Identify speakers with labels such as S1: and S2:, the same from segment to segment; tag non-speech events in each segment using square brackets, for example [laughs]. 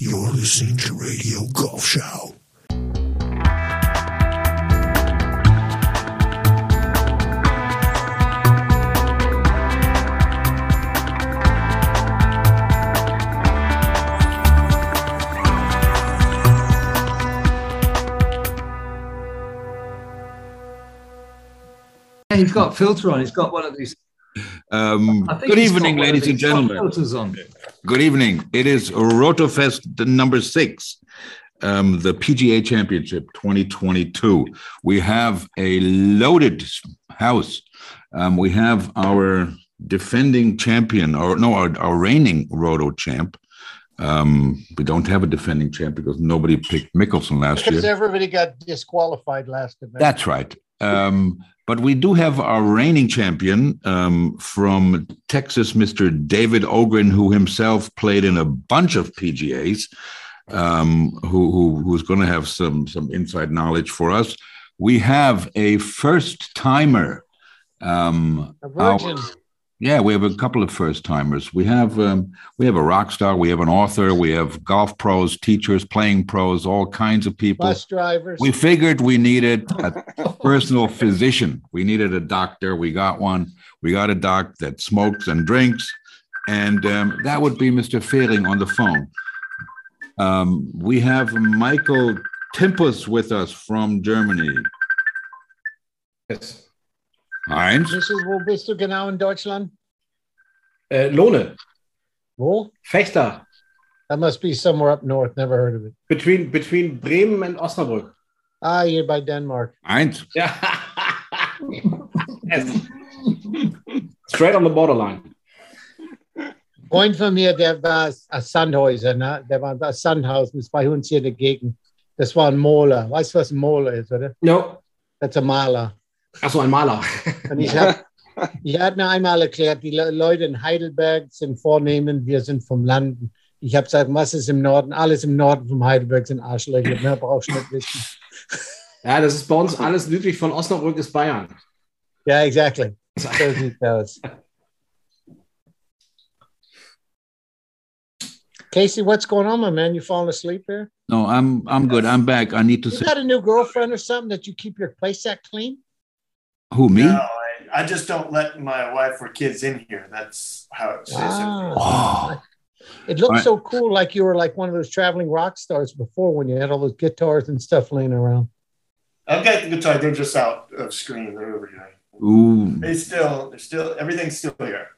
S1: You're listening to Radio Golf Show.
S2: Yeah, he's got a filter on. He's got one of these.
S3: Um,
S2: I think
S3: good
S2: he's got
S3: evening,
S2: one of
S3: ladies and
S2: these soft
S3: gentlemen.
S2: Filters on.
S3: Good evening. It is Rotofest the number six, um, the PGA Championship 2022. We have a loaded house. Um, we have our defending champion, or no, our, our reigning Roto champ. Um, we don't have a defending champ because nobody picked Mickelson last year.
S4: Because everybody got disqualified last event.
S3: That's right. Um, but we do have our reigning champion um, from Texas, Mr. David Ogren, who himself played in a bunch of PGAs, um, who, who, who's going to have some, some inside knowledge for us. We have a first timer. Um,
S4: a virgin.
S3: our- yeah, we have a couple of first timers. We have um, we have a rock star, we have an author, we have golf pros, teachers, playing pros, all kinds of people.
S4: Bus drivers.
S3: We figured we needed a personal physician. We needed a doctor. We got one. We got a doc that smokes and drinks. And um, that would be Mr. Fehling on the phone. Um, we have Michael Timpus with us from Germany.
S5: Yes.
S3: Heinz?
S4: Michel, wo bist du genau in Deutschland?
S5: Äh, Lohne,
S4: Wo?
S5: Fechter,
S4: That must be somewhere up north. Never heard of it.
S5: between, between Bremen and Osnabrück.
S4: Ah, you're by Denmark.
S3: Heinz?
S5: Ja. [laughs] yes. Straight on the borderline.
S4: Freund von mir, der war a Sandhäuser, ne? der war a Sandhausen, ist bei uns hier in der Gegend. Das war ein Moler. Weißt du, was ein Moler ist, oder?
S5: No.
S4: Das ist ein Maler.
S5: Achso, ein Maler.
S4: Und ich habe ich hab mir einmal erklärt, die Le- Leute in Heidelberg sind vornehmen, wir sind vom Landen. Ich habe gesagt, was ist im Norden? Alles im Norden vom Heidelberg sind Arschlöcher. Mehr brauchst du nicht wissen.
S5: Ja, das ist bei uns alles südlich von Osnabrück ist Bayern.
S4: Ja, exactly. So sieht's aus. Casey, what's going on, my man? You falling asleep there?
S3: No, I'm I'm good. I'm back. I need to
S4: You
S3: say
S4: got a new girlfriend or something that you keep your place that clean?
S3: who me?
S6: No, I, I just don't let my wife or kids in here. That's how it stays.
S4: Wow.
S3: Oh,
S4: It looked
S3: Alright.
S4: so cool, like you were like one of those traveling rock stars before when you had all those guitars and stuff laying around.
S6: I've got the guitar. They're just out of screen. They're over here.
S3: ooh.
S6: They still, they're still, everything's still here.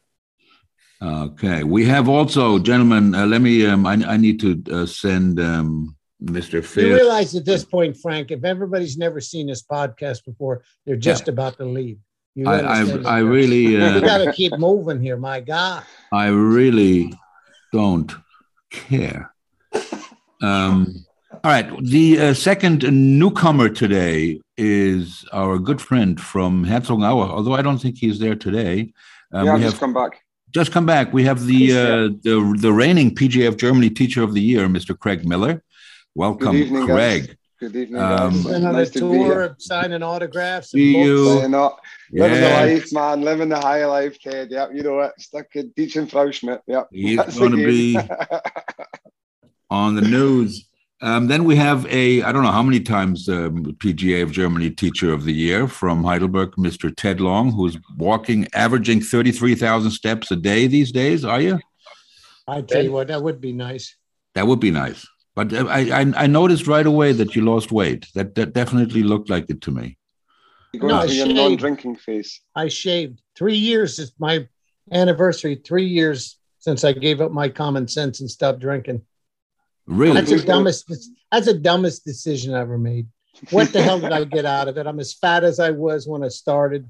S3: Okay, we have also, gentlemen. Uh, let me. Um, I I need to uh, send um, Mr.
S4: You
S3: Fehling.
S4: realize at this point, Frank, if everybody's never seen this podcast before, they're just about to leave. You
S3: I
S4: understand
S3: I, I
S4: that?
S7: [laughs]
S3: really. Uh,
S4: We got to keep moving here, my God.
S3: I really don't care. Um, all right. The uh, second newcomer today is our good friend from Herzogenaurach, although I don't think he's there today. Um,
S7: yeah,
S3: we
S7: I've
S3: have
S7: just come back.
S3: just come back. We have the uh,
S7: Yes, sir.
S3: the the reigning PGF Germany Teacher of the Year, Mr. Craig Miller. Welcome,
S7: Good evening,
S3: Craig.
S7: guys. Good evening,
S3: Um,
S7: guys.
S4: Been on
S7: nice
S4: a
S7: to be
S4: tour,
S7: here.
S4: of signing autographs.
S3: See
S4: books.
S3: you.
S7: Saying that, Living the
S3: Yeah.
S7: life, man. Living the high life, Ted. Yep, you know it. Stuck in teaching Frau Schmidt. Yep.
S3: He's
S7: That's the
S3: going to
S7: game.
S3: be on the news. Um, then we have a, I don't know how many times um, PGA of Germany Teacher of the Year from Heidelberg, Mr. Ted Long, who's walking, averaging 33,000 steps a day these days. Are you?
S4: I tell you what, that would be nice.
S3: That would be nice. But uh, I, I, I noticed right away that you lost weight. That, that definitely looked like it to me.
S7: You're going
S4: No,
S7: through your
S4: shame.
S7: non-drinking phase. [laughs]
S4: I shaved three years. It's my anniversary. Three years since I gave up my common sense and stopped drinking.
S3: Really?
S4: That's the dumbest. That's the dumbest decision I ever made. What the hell did I get out of it? I'm as fat as I was when I started.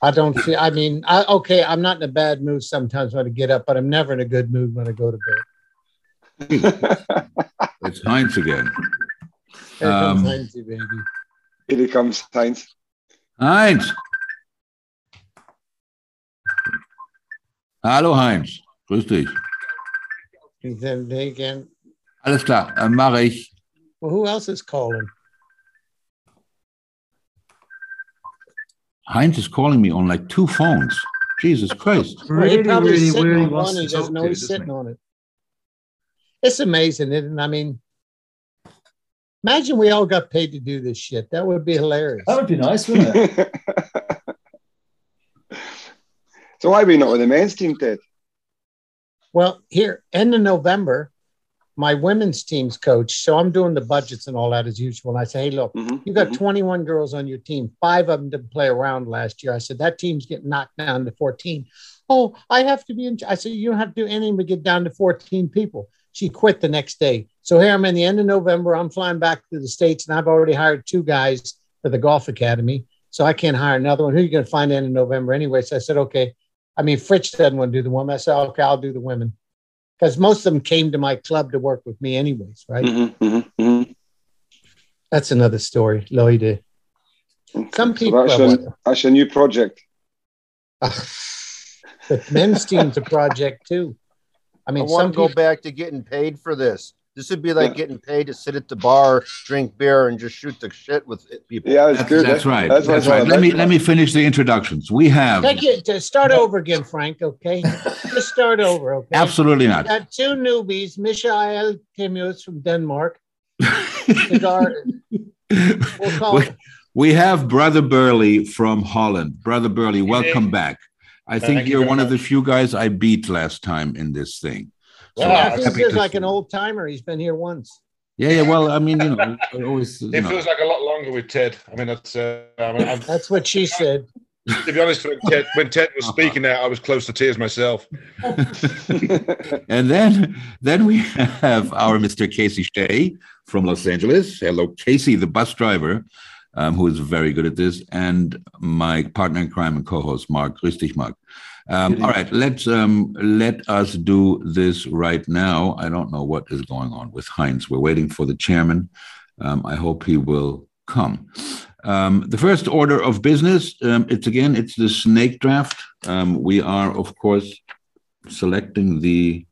S4: I don't feel. I mean, I, okay, I'm not in a bad mood sometimes when I get up, but I'm never in a good mood when I go to bed.
S3: It's Heinz again.
S4: Here comes
S3: Um,
S4: Lindsay, baby.
S7: Here he comes, Heinz.
S3: Heinz. Hallo Heinz. Grüß dich.
S4: And then they again.
S3: Alles klar, äh, mache ich.
S4: Well, who else is calling?
S3: Heinz is calling me on like two phones. Jesus Christ.
S4: Well,
S2: Really,
S4: he probably
S2: really,
S4: sitting
S2: really
S4: on
S2: wants
S4: one.
S2: to
S4: He
S2: talk
S4: doesn't know
S2: to,
S4: he's
S2: doesn't
S4: sitting on it. it's amazing, isn't it? I mean, imagine we all got paid to do this shit. That would be hilarious.
S8: That would be nice, wouldn't
S4: [laughs]
S8: it?
S7: [laughs] so why are we not with the men's team, Ted?
S4: Well, here, end of November, my women's team's coach, so I'm doing the budgets and all that as usual. And I say, hey, look,
S7: Mhm,
S4: you got
S7: mhm.
S4: 21 girls on your team. Five of them didn't play around last year. I said, that team's getting knocked down to 14. Oh, I have to be in. I said, you don't have to do anything but get down to 14 people. She quit the next day. So here I'm in the end of November. I'm flying back to the States and I've already hired two guys for the golf academy. So I can't hire another one. Who are you going to find end of November anyway? So I said, okay. I mean, Fritz doesn't want to do the women. I said, okay, I'll do the women. Because most of them came to my club to work with me, anyways, right?
S7: Mhm, mhm, mhm.
S4: That's another story, Lloyd. uh, Some
S7: So
S4: people.
S7: that's, your, that's your new project.
S4: the men's team's a project too. I
S9: I
S4: mean,
S9: want
S4: some
S9: to go
S4: people,
S9: back to getting paid for this. This would be like
S7: Yeah.
S9: getting paid to sit at the bar, drink beer, and just shoot the shit with it- people.
S7: Yeah, it's
S3: That's,
S7: good.
S3: that's
S7: eh?
S3: right.
S7: That's
S3: That's,
S7: what it's all
S3: right. Let me
S7: about.
S3: let me finish the introductions. We have
S4: take it to start over again, Frank. Okay, just start over. Okay,
S3: absolutely
S4: We
S3: not.
S4: Got two newbies, Mishael Timus from Denmark. Cigar, we'll call
S3: we, we have Brother Burley from Holland. Brother Burley, welcome back. I think
S10: Uh, Thank you
S3: you're
S10: very
S3: one of the
S10: much.
S3: few guys I beat last time in this thing. So
S10: Wow.
S3: I'm
S4: yeah,
S3: happy
S4: he feels
S3: to
S4: like
S3: see
S4: an
S3: you.
S4: old timer. He's been here once.
S3: Yeah, yeah. Well, I mean, you know, [laughs] I always. you
S10: It
S3: know.
S10: feels like a lot longer with Ted. I mean, that's. Uh, I mean, I'm,
S4: That's what she said.
S10: to be honest, when Ted, when Ted was speaking out, I was close to tears myself.
S7: eh?
S3: and then [laughs] then we have our Mr. Casey Shea from Los Angeles. Hello, Casey, the bus driver, um, who is very good at this, and my partner in crime and co-host Mark. Grüß dich, Mark. Um, all right, let's um, let us do this right now. I don't know what is going on with Heinz. We're waiting for the chairman. Um, I hope he will come. Um, the first order of business. Um, it's again. It's the snake draft. Um, we are, of course, selecting the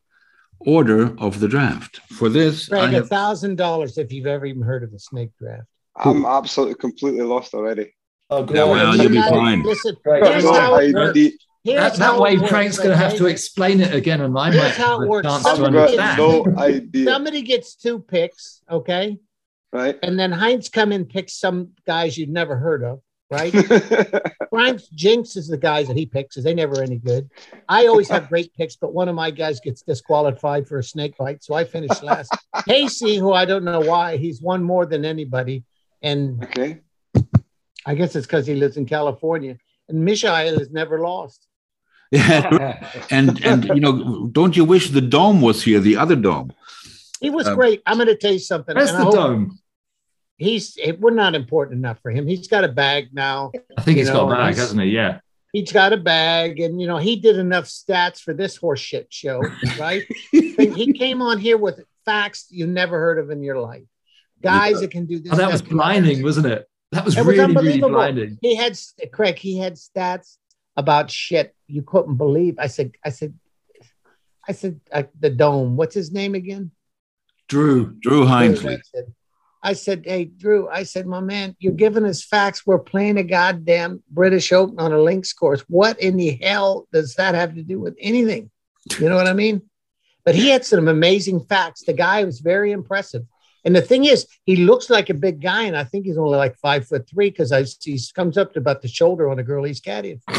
S3: order of the draft. For this, I
S4: Frank, a
S3: have, [laughs]
S4: thousand dollars if you've ever even heard of a snake draft.
S7: [laughs] I'm absolutely completely lost already.
S8: Oh, good.
S3: Yeah, well, you'll be
S4: Now,
S3: fine.
S4: Listen,
S8: Great.
S4: Here's
S7: No
S4: how it
S7: idea.
S4: works. here's
S8: That,
S4: how
S8: that
S4: it
S8: way,
S4: works,
S8: Frank's going to have to
S4: okay?
S8: explain it again, and I
S4: Here's
S8: might
S4: how
S8: have
S4: it
S8: a
S4: works.
S8: chance
S4: Some
S8: to
S7: I've
S4: people get
S7: got
S8: understand.
S7: no idea.
S4: Somebody gets two picks, okay?
S7: Right.
S4: and then Heinz come and picks some guys you'd never heard of,
S8: [laughs]
S4: right? Heinz Jinx is the guys that he picks because they never any good. I always have great picks, but one of my guys gets disqualified for a snake bite, so I finish
S8: [laughs]
S4: last. Casey, who I don't know why, he's won more than anybody, and
S7: okay.
S4: I guess it's because he lives in California. And Mishael has never lost.
S3: and and you know, don't you wish the dome was here, the other dome?
S4: He was
S3: Um,
S4: great. I'm going to tell you something.
S8: Where's
S4: and
S8: the
S4: I hope
S8: dome?
S4: He's it, we're not important enough for him. He's got a bag now.
S8: I think
S4: You
S8: he's
S4: know,
S8: got a bag,
S4: he's-
S8: hasn't he? Yeah.
S4: he's got a bag and you know he did enough stats for this horseshit show right And he came on here with facts you never heard of in your life guys that can do this
S8: Oh, that was
S4: stuff.
S8: blinding, wasn't it? That was
S4: It was
S8: really, really
S4: unbelievable.
S8: blinding.
S4: he had craig he had stats about shit you couldn't believe i said i said i said uh, the dome what's his name again
S8: Drew.
S4: Drew,
S3: Drew Hinesley.
S4: I said- I said, hey, Drew, I said, my man, you're giving us facts. We're playing a goddamn British Open on a links course. What in the hell does that have to do with anything? You know what I mean? But he had some amazing facts. The guy was very impressive. And the thing is, he looks like a big guy, and I think he's only like five foot three because he comes up to about the shoulder on a girl he's caddying. for.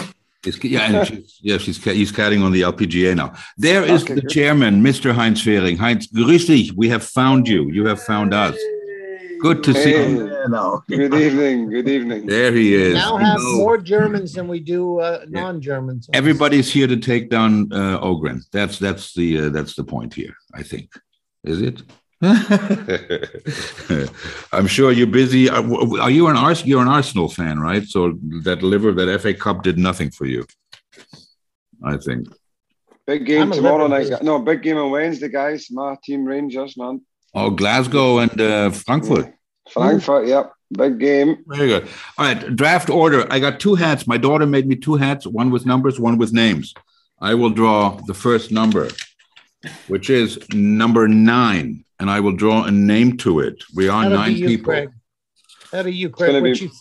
S3: He's- Yeah, and she's, yeah, she's ca- he's carrying on the LPGA now. There is
S7: Okay,
S3: the
S7: good.
S3: chairman, Mr. Heinz Fehring. Heinz, grüß dich. We have found you. You have found us. Good to see
S7: Hey.
S3: you.
S9: Yeah, no.
S7: Good evening. Good evening.
S3: There he is.
S4: Now have
S3: Hello.
S4: more Germans than we do uh, non-Germans. on this.
S3: Everybody's here to take down uh, Ogren. That's that's the uh, that's the point here. I think, is it? [laughs] I'm sure you're busy. Are, are you an Ars- you're an Arsenal fan, right? So that liver, that FA Cup did nothing for you. I think.
S7: Big game
S4: I'm a
S7: tomorrow night.
S4: Liverpool.
S7: No, big game on Wednesday, guys. My team Rangers, man.
S3: Oh, Glasgow and uh, Frankfurt.
S7: Frankfurt, yep. Big game.
S3: Very good. All right, draft order. I got two hats. My daughter made me two hats, one with numbers, one with names. I will draw the first number, which is number nine, and I will draw a name to it. We are
S4: That'll
S3: nine
S4: be you,
S3: people.
S4: Craig. That'll be you, Craig.
S7: gonna
S4: What
S7: be-
S4: you,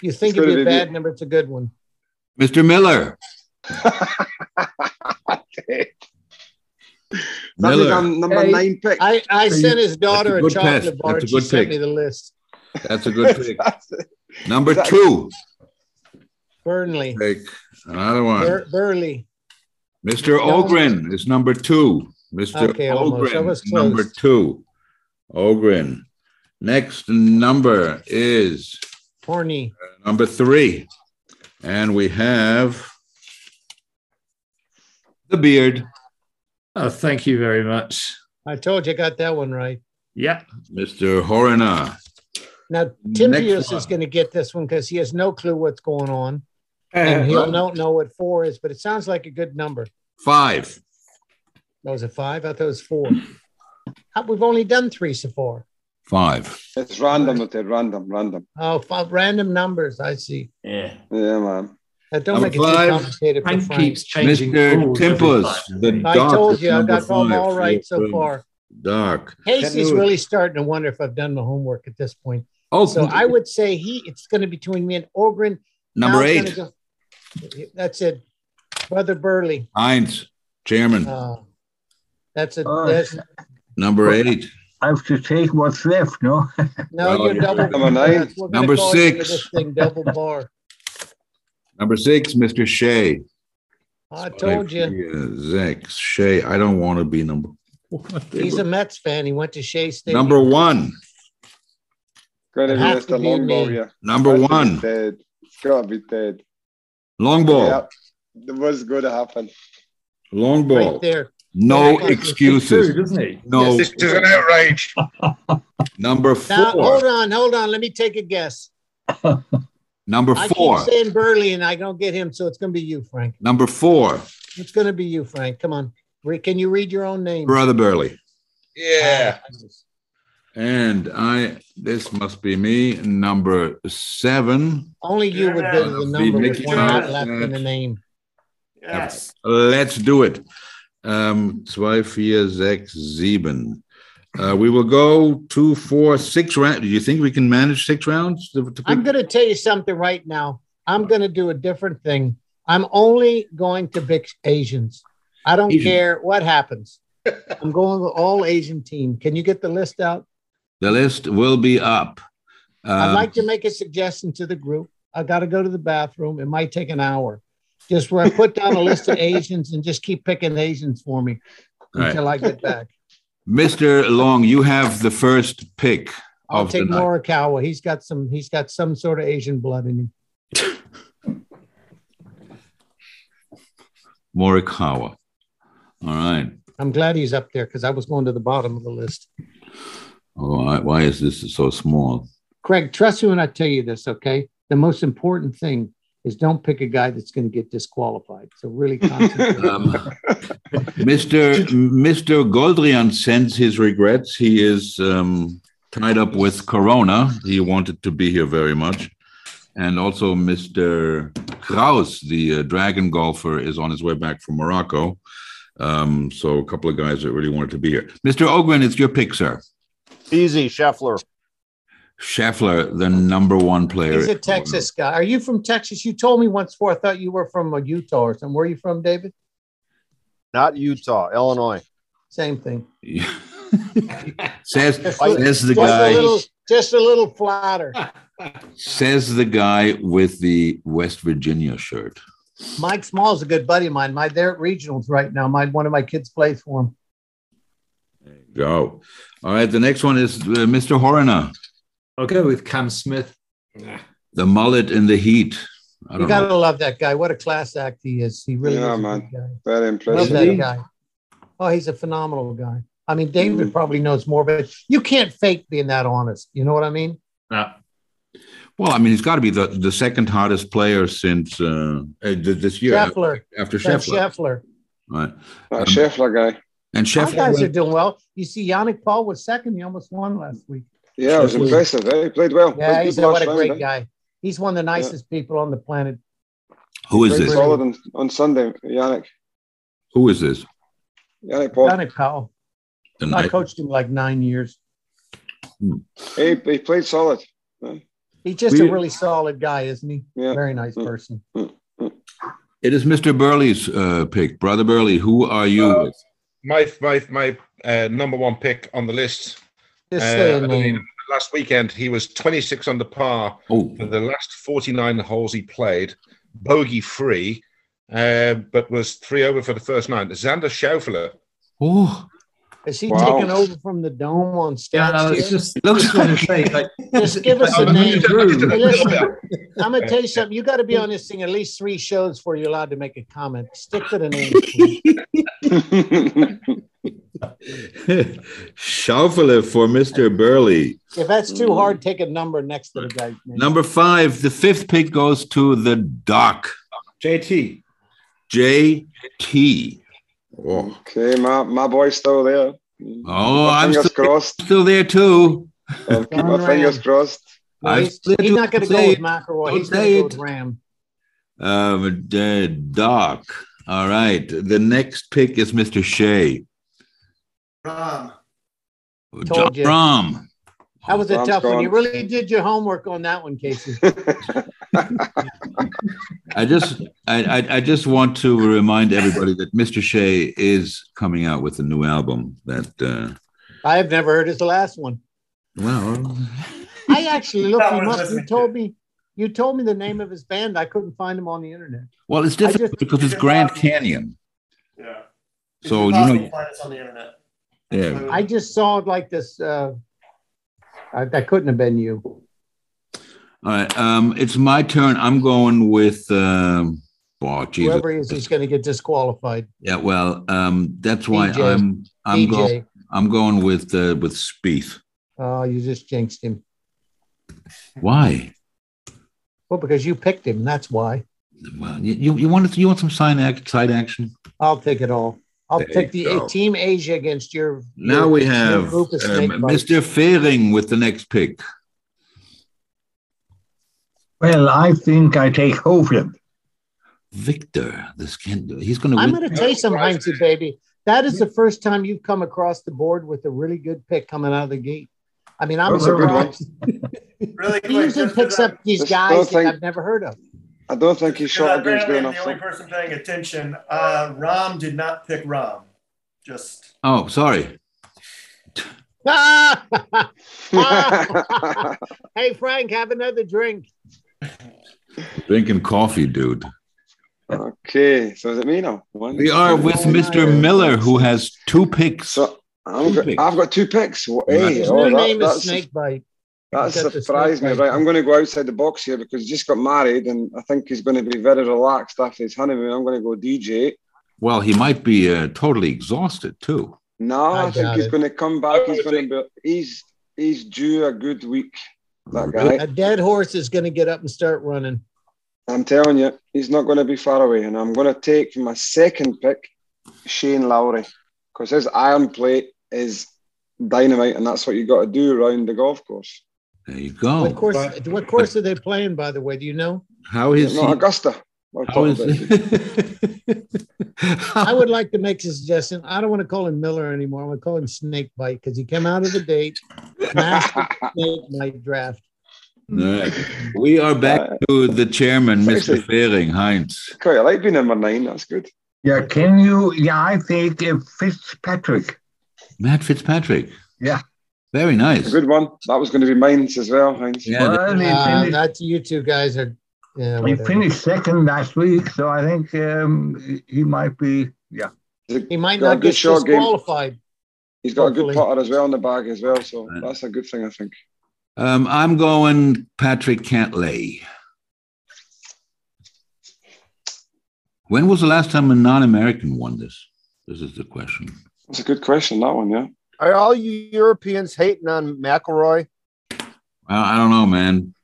S4: you think
S7: it's
S4: it'd
S7: gonna
S4: be a
S7: be me.
S4: bad number, it's a good one. [laughs]
S3: Mr. Miller,
S7: That was
S3: Miller.
S7: our number
S4: Hey,
S7: nine pick.
S4: I, I
S3: So you-
S4: sent his daughter
S3: That's a
S4: a,
S3: good
S4: chocolate
S3: pick.
S4: bar. and
S3: That's a
S4: She
S3: good
S4: sent
S3: pick.
S4: me the list.
S3: That's a good
S7: [laughs]
S3: pick. Number
S7: That's-
S3: two,
S4: Burnley,
S3: take another one.
S4: Bur- Burley.
S3: Mr. Ogren is number two. Mr.
S4: Okay, almost. I
S3: Ogren
S4: was
S3: is number
S4: close.
S3: two. Ogren. Next number is
S4: Horny.
S3: number three, and we have the beard,
S8: Oh, thank you very much.
S4: I told you I got that one right.
S8: Yeah.
S3: Mr. Horner.
S4: Now Tim
S3: Next
S4: Pierce
S3: one.
S4: is going to get this one because he has no clue what's going on,
S3: Uh,
S4: and he'll not know what four is. But it sounds like a good number.
S3: Five.
S4: That was a five. I thought it was four. How- We've only done three so far.
S3: Five.
S7: It's random, it's random, random.
S4: Oh, five random numbers. I see.
S5: Yeah.
S7: Yeah, man.
S4: That don't
S3: Number
S4: make it too
S3: five.
S4: complicated for
S8: Frank
S4: Frank.
S8: keeps changing. the
S3: Mr.
S8: rules every
S3: Tempus,
S8: time.
S3: the
S4: I
S3: dark.
S4: told
S3: is
S4: you I
S3: number
S4: got them
S3: five.
S4: all right so
S3: Open
S4: far.
S3: Dark.
S4: Casey's
S5: Lewis.
S4: really starting to wonder if I've done my homework at this point.
S3: Oh,
S4: So I would say he. It's going to be between me and Ogren.
S3: number
S4: Now it's
S3: eight,
S4: gonna go- that's it, brother Burley.
S3: Heinz, chairman.
S4: Uh, that's a
S11: Oh.
S4: that's
S3: Number eight,
S11: I have to take what's left, no?
S4: no.
S3: Oh,
S4: you're
S3: yeah.
S4: double
S7: Number nine.
S4: We're gonna
S3: Number
S4: call it
S3: six.
S4: This thing double
S3: [laughs]
S4: bar.
S3: number six, Mr. Shea.
S4: I told you
S3: Six, Shea. I don't want to be number.
S4: he's a Mets fan. He went to Shea Stadium.
S3: Number one,
S7: Going to
S4: It
S7: be
S4: has to
S7: Mr.
S4: be
S7: Longbow
S4: me.
S7: here.
S3: number
S7: Has to be
S3: one,
S7: Ted. It's got to be Ted.
S3: long ball,
S7: Yep. It was going to happen.
S3: long
S4: right
S3: ball.
S4: there.
S3: No
S4: Right.
S8: He's true,
S3: excuses.
S8: doesn't he?
S3: No.
S10: This is an outrage.
S3: [laughs] Number
S4: Now hold
S3: four,
S4: on, hold on. Let me take a guess.
S3: number
S4: I
S3: four,
S4: keep saying Burley, and I don't get him, so it's going to be you, Frank.
S3: number four,
S4: It's going to be you, Frank. Come on. Re- Can you read your own name?
S3: brother Burley.
S10: Yeah.
S3: And I, this must be me, number seven.
S4: Only you would go to the
S3: Yeah,
S4: number with
S6: Mickey
S4: one not
S6: Mouse
S4: left in the name.
S6: Yes.
S3: Let's do it. Um, zwei, vier, sechs, sieben. Uh, we will go two, four, six rounds. Do you think we can manage six rounds? to- to
S4: I'm
S3: pick?
S4: going to tell you something right now. I'm going to do a different thing. I'm only going to pick Asians. I don't
S3: Asian.
S4: care what happens. [laughs] I'm going with all Asian team. Can you get the list out?
S3: The list will be up.
S4: I'd
S3: Um,
S4: like to make a suggestion to the group. I got to go to the bathroom. It might take an hour. Just where I put down a list of Asians and just keep picking Asians for me
S3: all right.
S4: until I get back.
S3: Mr. Long, you have the first pick.
S4: I'll
S3: Of
S4: take
S3: the night.
S4: Morikawa. He's got some. He's got some sort of Asian blood in him.
S3: Morikawa. All right.
S4: I'm glad he's up there because I was going to the bottom of the list.
S3: Oh, I, why is this so small?
S4: Craig, trust me when I tell you this, okay? The most important thing is don't pick a guy that's going to get disqualified. So [laughs] really concentrate.
S3: Um, Mr. Mr. Goldrian sends his regrets. He is um, tied up with Corona. He wanted to be here very much. And also, Mr. Kraus, the uh, dragon golfer, is on his way back from Morocco. Um, so, a couple of guys that really wanted to be here. Mr. Ogren, it's your pick, sir.
S9: Easy, Scheffler.
S3: Scheffler, the number one player.
S4: He's a Texas guy. Are you from Texas? You told me once before. I thought you were from uh, Utah or something. Where are you from, David?
S9: Not Utah, Illinois.
S4: Same thing.
S3: [laughs] says says the
S4: Just a
S3: guy
S4: little, just a little flatter.
S3: says the guy with the West Virginia shirt.
S4: [laughs] Mike Small's a good buddy of mine. My they're at regionals right now. My one of my kids plays for him.
S3: Go. All right. The next one is uh, Mr. Horner,
S8: I'll go with Cam Smith.
S3: the mullet in the heat. I
S4: You
S3: don't
S4: gotta
S3: know.
S4: love that guy. What a class act he is. He really
S7: Yeah,
S4: is a
S7: man.
S4: good guy.
S7: Very
S4: Love
S7: impressive.
S4: that guy. Oh, he's a phenomenal guy. I mean, David
S7: Hmm.
S4: probably knows more, but you can't fake being that honest. You know what I mean?
S8: No.
S3: Well, I mean, he's got to be the, the second hottest player since uh, uh, th- this year
S4: Scheffler,
S3: after
S4: Ben
S3: Scheffler.
S4: Scheffler.
S3: Right.
S7: That Ah, Scheffler guy.
S3: And
S4: Our guys are
S3: Scheffler,
S4: doing well. You see, Yannick Paul was second. He almost won last week.
S7: Yeah, it was
S4: Scheffler.
S7: impressive. Eh? He played well.
S4: Yeah,
S7: Played
S4: he's
S7: good
S4: a, what a
S7: last round, eh?
S4: great guy. He's one of the nicest people on the planet.
S3: who is
S7: Played
S3: this?
S7: solid on, on Sunday, Yannick.
S3: Who is this?
S7: Yannick Paul.
S4: Yannick Paul. I
S3: Tonight?
S4: coached him like nine years.
S7: He, he played solid.
S3: [laughs]
S4: He's just
S3: We-
S4: a really solid guy, isn't he?
S7: Yeah.
S4: Very nice
S7: Mm.
S4: person.
S3: It is Mr. Burley's uh, pick, brother Burley. Who are you? with?
S10: my my my uh, number one pick on the list.
S4: Just
S10: uh,
S4: say a
S10: I
S4: name.
S10: mean, last weekend he was 26 under par
S3: Oh. [laughs]
S10: for Mm-hmm. the last 49 holes he played, bogey free, uh, but was three over for the first nine. Xander Schauffele.
S3: Oh,
S4: Is he
S10: Wow.
S4: taking over from the dome on stage?
S2: Yeah, no, it's just looks like like
S4: Just give us a
S10: I'm
S4: name.
S10: just- I'm just-
S4: Hey, listen,
S10: I'm
S4: I'm gonna tell you something. You got to be on this thing at least three shows before you're allowed to make a comment. Stick to the name. please.
S3: Schaufele for Mr. Burley.
S4: if that's too hard, take a number next to the guy's name.
S3: Number five, the fifth pick goes to the doc,
S5: JT.
S3: JT. Oh,
S7: Okay, my, my boy's still there.
S3: oh
S7: my
S3: I'm
S7: fingers
S3: still, [laughs]
S7: crossed.
S3: still there too.
S7: I'll keep my
S4: John
S7: fingers
S4: Ram.
S7: crossed. [laughs]
S4: No,
S3: I-
S4: he's, he's not going to
S3: Don't say
S4: go with
S3: it.
S4: McElroy.
S3: Don't
S4: He's going
S3: say
S4: to
S3: it.
S4: go with Ram.
S3: Uh, the doc. All right. The next pick is Mr. Shea.
S6: Rom.
S4: Told you.
S3: Rom.
S4: That was a
S7: Rom's
S4: tough one. You
S7: gone.
S4: really did your homework on that one, Casey.
S3: I just I, I, I just want to remind everybody that Mr. Shea is coming out with a new album that uh
S4: I have never heard his last one.
S3: well
S4: I actually looked
S6: That
S4: him
S6: one's
S4: up. You
S6: listening
S4: told me you told me the name of his band. I couldn't find him on the internet.
S3: well it's
S4: I
S3: difficult
S4: just-
S3: because it's Grand Canyon.
S6: Yeah. It's
S3: So you
S6: impossible to
S3: know
S6: find us on the internet.
S3: yeah.
S4: I just saw it like this. Uh, I, that couldn't have been you.
S3: All right. Um it's my turn. I'm going with um oh Jesus.
S4: Whoever he is, he's going to get disqualified.
S3: Yeah, well, um that's why
S4: DJ.
S3: I'm I'm going
S4: DJ,
S3: I'm going with uh with Spieth.
S4: oh, you just jinxed him.
S3: Why?
S4: Well, because you picked him. That's why.
S3: Well, you you, you wanted to, you want some side act side action?
S4: I'll take it all. I'll
S3: There
S4: take the
S3: you go.
S4: Team Asia against your.
S3: Now
S4: your-
S3: we
S4: your
S3: have um,
S4: group of snake bites.
S3: Mr. Fehring with the next pick.
S11: Well, I think I take Hovland.
S3: Victor, this can he's going to
S4: I'm
S3: win.
S4: going to tell you something, Heinzie, baby. That is the first time you've come across the board with a really good pick coming out of the gate. I mean, I'm
S7: Those are good
S4: surprised.
S6: Really
S4: He
S6: quick,
S4: usually
S6: just 'cause
S4: picks
S6: I'm-
S4: up these
S7: Just
S4: guys
S7: don't
S4: that
S7: think-
S4: I've never heard of. [laughs]
S7: I don't think he's
S6: Because
S7: short of games
S6: apparently
S7: doing
S6: I'm the only
S7: enough.
S6: person paying attention. Uh, Rom did not pick Rom. Just
S3: Oh, sorry.
S4: Ah! hey, Frank, have another drink.
S3: Drinking coffee, dude.
S7: [laughs] okay, so is it me now? One,
S3: We are
S7: two,
S3: with
S7: three,
S3: Mr.
S7: four,
S3: Miller,
S7: five,
S3: who
S7: six.
S3: has two picks.
S7: So I'm
S3: Two
S7: got,
S3: picks.
S7: I've got two picks. Wha- Hey,
S4: His
S7: oh,
S4: new
S7: that,
S4: name is
S7: that's-
S4: Snakebite.
S7: That
S4: Got the
S7: surprised me.
S4: snake
S7: Right,
S4: bite.
S7: I'm going to go outside the box here because he just got married, and I think he's going to be very relaxed after his honeymoon. I'm going to go DJ.
S3: Well, he might be uh, totally exhausted too.
S7: No,
S4: I
S7: I, think
S4: doubt
S7: he's
S4: it.
S7: going to come back.
S10: I
S7: He's
S10: would
S7: going to be. He's he's due a good week. That
S4: A
S7: guy.
S4: dead horse is going to get up and start running.
S7: I'm telling you, he's not going to be far away. And I'm going to take my second pick, Shane Lowry, because his iron plate is dynamite, and that's what you got to do around the golf course.
S3: There you
S4: What
S3: go.
S4: course? What course are they playing? By the way, do you know?
S3: How is
S7: No,
S3: he?
S7: Augusta. We'll
S3: How
S7: talk
S3: is
S7: about it.
S3: [laughs]
S4: I would like to make a suggestion. I don't want to call him Miller anymore. I'm going to call him Snakebite because he came out of the date. Master Snakebite draft.
S3: All right. We are back
S7: Uh,
S3: to the chairman, Mr.
S7: Seriously.
S3: Fehring, Heinz.
S7: [laughs] Quite I like being number nine. That's good.
S11: Yeah, can you? Yeah, I take uh, Fitzpatrick.
S3: Matt Fitzpatrick.
S11: Yeah.
S3: Very
S7: A
S3: nice.
S7: good one. That was going to be mine as well, Heinz.
S3: Yeah, the-
S11: well, he
S4: Uh,
S11: finished,
S4: that's you two guys are. Yeah,
S11: he
S4: whatever.
S11: finished second last week, so I think um, he- he might be. Yeah.
S4: He might
S7: Got a
S4: not
S7: good
S4: get
S7: short game.
S4: disqualified.
S7: He's got a
S4: Hopefully.
S7: good putter as well in the bag as well, so
S3: Right.
S7: that's a good thing, I think.
S3: um, I'm going Patrick Cantlay. When was the last time a non-American won this? This is the question.
S7: That's a good question, that one, yeah.
S9: Are all you Europeans hating on McElroy?
S3: I, I don't know, man.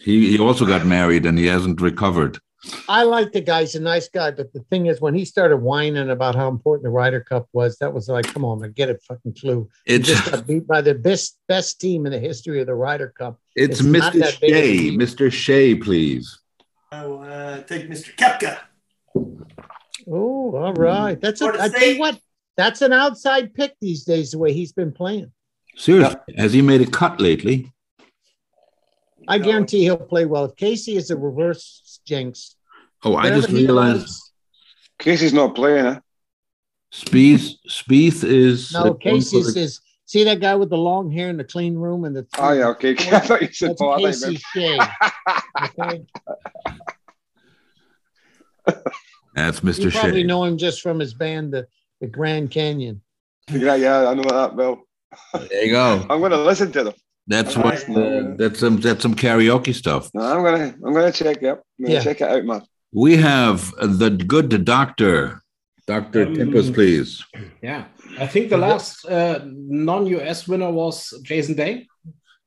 S3: He he also got married and he hasn't recovered.
S4: I like the guy. He's a nice guy, but the thing is, when he started whining about how important the Ryder Cup was, that was like, come on, man, get a fucking clue. He
S3: It's
S4: just got beat by the best best team in the history of the Ryder Cup.
S3: it's
S4: it's not
S3: Mr.
S4: that big of a
S3: Shea,
S4: deal.
S3: Mr. Shea, please.
S6: oh, uh, take Mr. Kepka.
S4: Oh, all
S7: Hmm.
S4: right. That's a,
S6: Florida
S4: I tell you
S6: State.
S4: what, that's an outside pick these days. The way he's been playing,
S3: Seriously, has he made a cut lately?
S4: I guarantee he'll play well. If Casey is a reverse jinx,
S3: Oh, I
S4: whatever
S3: just
S4: he
S3: realized.
S4: does,
S7: Casey's not playing, eh?
S3: Spieth, Spieth is
S4: No, Casey's is see that guy with the long hair in the clean room and the
S7: Oh, yeah, okay. [laughs] I thought you said
S4: That's
S7: Paul. I thought
S4: Casey
S7: you
S4: Shea.
S7: [laughs]
S4: Okay?
S3: That's
S4: you
S3: Mr.
S4: probably
S3: Shea.
S4: know him just from his band, the, the Grand Canyon.
S7: meant- [laughs] yeah, yeah, I know that well.
S3: There you go.
S7: I'm going to listen to them.
S3: That's what. Uh, that's some. That's some karaoke stuff.
S7: No, I'm gonna, I'm gonna check it. Up. I'm gonna
S3: Yeah.
S7: check it out, man.
S3: We have the good doctor, Doctor
S4: Mm.
S5: Um,
S3: Tempest, please.
S5: Yeah. I think the last uh, non US winner was Jason Day.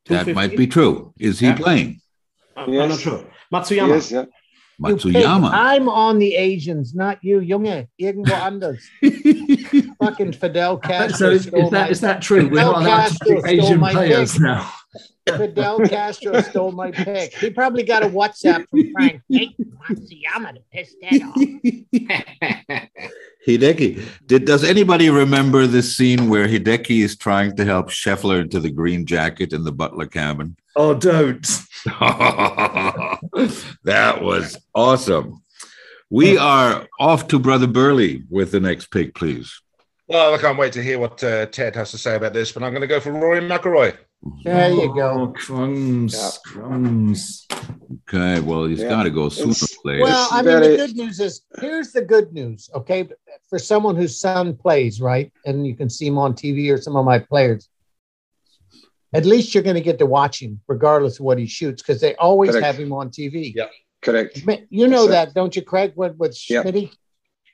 S3: That might be true. Is he
S5: Yeah.
S3: playing
S5: I'm, I'm not sure. Matsuyama.
S7: Yes, yeah.
S4: You pig.
S3: Matsuyama?
S4: I'm on the Asians, not you, Junge. Irgendwo anders.
S3: [laughs]
S4: Fucking Fidel Castro.
S8: So is,
S4: stole
S8: is that
S4: my-
S8: is that true? We're
S4: Fidel
S8: not allowed to
S4: Castro
S8: do
S4: stole
S8: Asian
S4: my
S8: players
S4: pick.
S8: now.
S4: Fidel Castro stole my pick. He probably got a WhatsApp from Frank. Hey, Matsuyama to piss that off.
S3: Hideki. Did, does anybody remember this scene where Hideki is trying to help Scheffler into the green jacket in the Butler cabin?
S8: Oh, don't.
S3: [laughs] that was awesome. We are off to Brother Burley with the next pick, please.
S10: Well, I can't wait to hear what uh, Ted has to say about this, but I'm going to go for Rory McIlroy.
S4: There you
S8: go. Oh, crumbs, crumbs.
S3: Okay, well, he's
S8: Yeah.
S3: got to go sooner
S8: It's-
S3: or later.
S4: Well, I mean,
S8: very-
S4: the good news is here's the good news, okay? For someone whose son plays, right? And you can see him on TV or some of my players. At least you're going to get to watch him, regardless of what he shoots, because they always
S7: Correct.
S4: have him on TV.
S10: Yeah,
S7: correct.
S4: You know
S7: That's
S4: that, don't you, Craig? With with
S7: Yeah.
S4: Schmitty,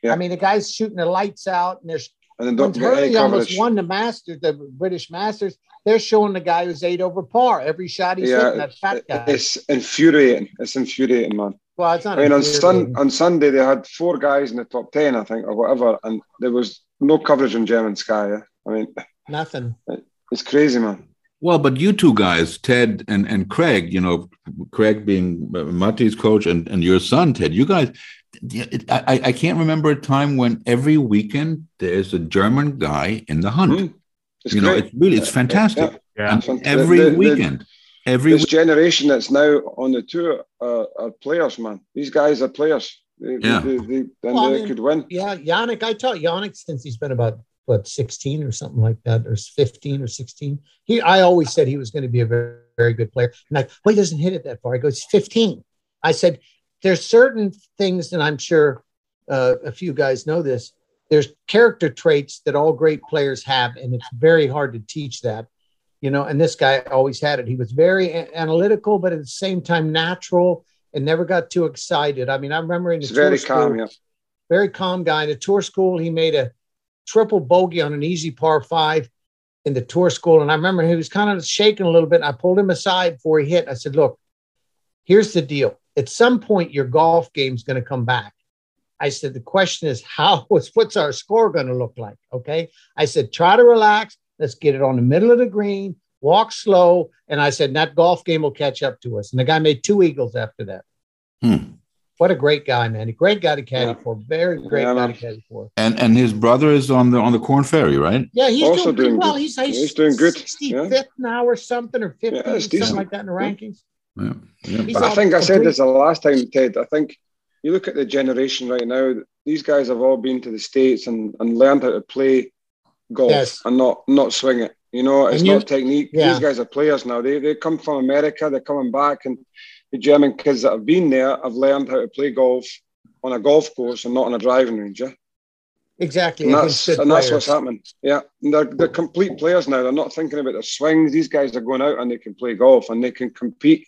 S7: Yeah.
S4: I mean, the guy's shooting the lights out, and there's
S7: And then
S4: when
S7: don't get any
S4: Hurley almost
S7: coverage.
S4: won the Masters, the British Masters. They're showing the guy who's eight over par every shot he's hitting.
S7: Yeah,
S4: That fat guy.
S7: it's infuriating. It's infuriating, man.
S4: well, it's not.
S7: I mean, on,
S4: infuriating.
S7: sun, on Sunday they had four guys in the top ten, I think, or whatever, and there was no coverage on German Sky. Yeah? I mean,
S4: Nothing.
S7: it's crazy, man.
S3: Well, but you two guys, Ted and, and Craig, you know, Craig being uh, Matty's coach and, and your son, Ted, you guys, it- I, I- I can't remember a time when every weekend there's a German guy in the hunt.
S7: Hmm, It's
S3: you know,
S7: great.
S3: it's really, it's fantastic.
S7: Yeah.
S3: And
S7: Fant-
S3: every
S7: the- the- the-
S3: weekend, every
S7: this generation that's now on the tour are, are players, man. These guys are players. They,
S3: Yeah.
S7: they, they, they, and
S4: Well, I
S7: they
S4: mean,
S7: could win.
S4: Yeah, Yannick. I taught Yannick since he's been about what sixteen or something like that, or fifteen or sixteen. He, I always said he was going to be a very, very good player. And like, well, he doesn't hit it that far. He goes fifteen. I said, there's certain things, and I'm sure uh, a few guys know this. There's character traits that all great players have, and it's very hard to teach that. You know, and this guy always had it. He was very a- analytical, but at the same time natural, and never got too excited. I mean, I remember in the
S7: It's very
S4: tour
S7: calm,
S4: school-
S7: yeah.
S4: very calm guy. In the tour school, he made a triple bogey on an easy par five in the tour school. And I remember he was kind of shaking a little bit. And I pulled him aside before he hit. I said, Look, here's the deal. At some point, your golf game's going to come back. I said, The question is, [laughs] how what's, what's our score going to look like? Okay. I said, Try to relax. Let's get it on the middle of the green, walk slow. And I said, That golf game will catch up to us. And the guy made two eagles after that. What a great guy, man. A great guy to caddy for. Very great
S3: Yeah,
S4: guy
S3: man.
S4: to caddy for.
S3: and and his brother is on the on the Corn Ferry, right?
S4: Yeah, he's
S7: Also
S4: doing pretty
S7: doing
S4: well.
S7: good.
S4: He's, he's,
S7: He's doing good.
S4: 65th now or something, or 50,
S7: Yeah, it's
S4: something
S7: decent.
S4: like that in the
S7: Yeah.
S4: rankings. He's
S7: But I
S4: all
S7: think I said
S4: complete-
S7: this the last time, Ted. I think you look at the generation right now, these guys have all been to the States and, and learned how to play golf
S4: Yes.
S7: and not, not swing it. You know, it's
S4: And you-
S7: not technique.
S4: yeah.
S7: These guys are players now. They, they come from America, they're coming back, and the German kids that have been there have learned how to play golf on a golf course and not on a driving range. Yeah?
S4: Exactly.
S7: And,
S4: against
S7: that's,
S4: good
S7: and that's
S4: players.
S7: what's happening. Yeah. And they're, they're complete players now. They're not thinking about their swings. These guys are going out and they can play golf and they can compete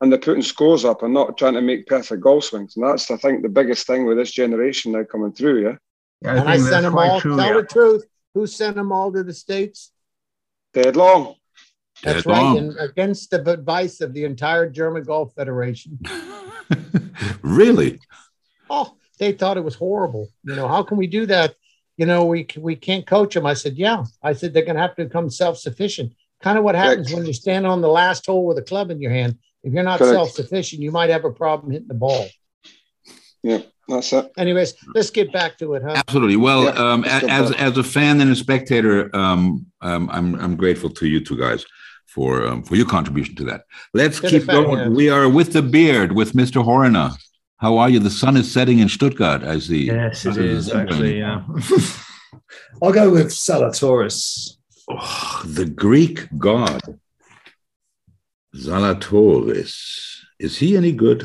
S7: and they're putting scores up and not trying to make perfect golf swings. And that's, I think, the biggest thing with this generation now coming through. Yeah.
S11: Yeah,
S4: And I
S11: think
S4: sent
S11: that's
S4: them
S11: quite
S4: all.
S11: true,
S4: tell
S11: yeah.
S4: the truth. Who sent them all to the States?
S7: Dead long.
S4: That's right. And against the advice of the entire German Golf Federation.
S3: [laughs] Really?
S4: oh, they thought it was horrible. You know, how can we do that? You know, we we can't coach them. I said, yeah. I said they're going to have to become self sufficient. Kind of what happens when you stand on the last hole with a club in your hand. If you're not
S7: Correct.
S4: self sufficient, you might have a problem hitting the ball.
S7: Yeah. That's it.
S4: Anyways, let's get back to it, huh?
S3: Absolutely. Well,
S4: Yeah,
S3: um,
S4: let's
S3: a-
S4: go
S3: as
S4: for it.
S3: as a fan and a spectator, um, um, I'm I'm grateful to you two guys for um, for your contribution to that. Let's
S4: Good
S3: keep
S4: effect,
S3: going.
S4: yeah.
S3: We are with the beard with Mr. Horner. How are you? The sun is setting in Stuttgart. I see.
S8: Yes, it is actually. Yeah. I'll go with Salatoris.
S3: The Greek god Zalatoris. Is he any good?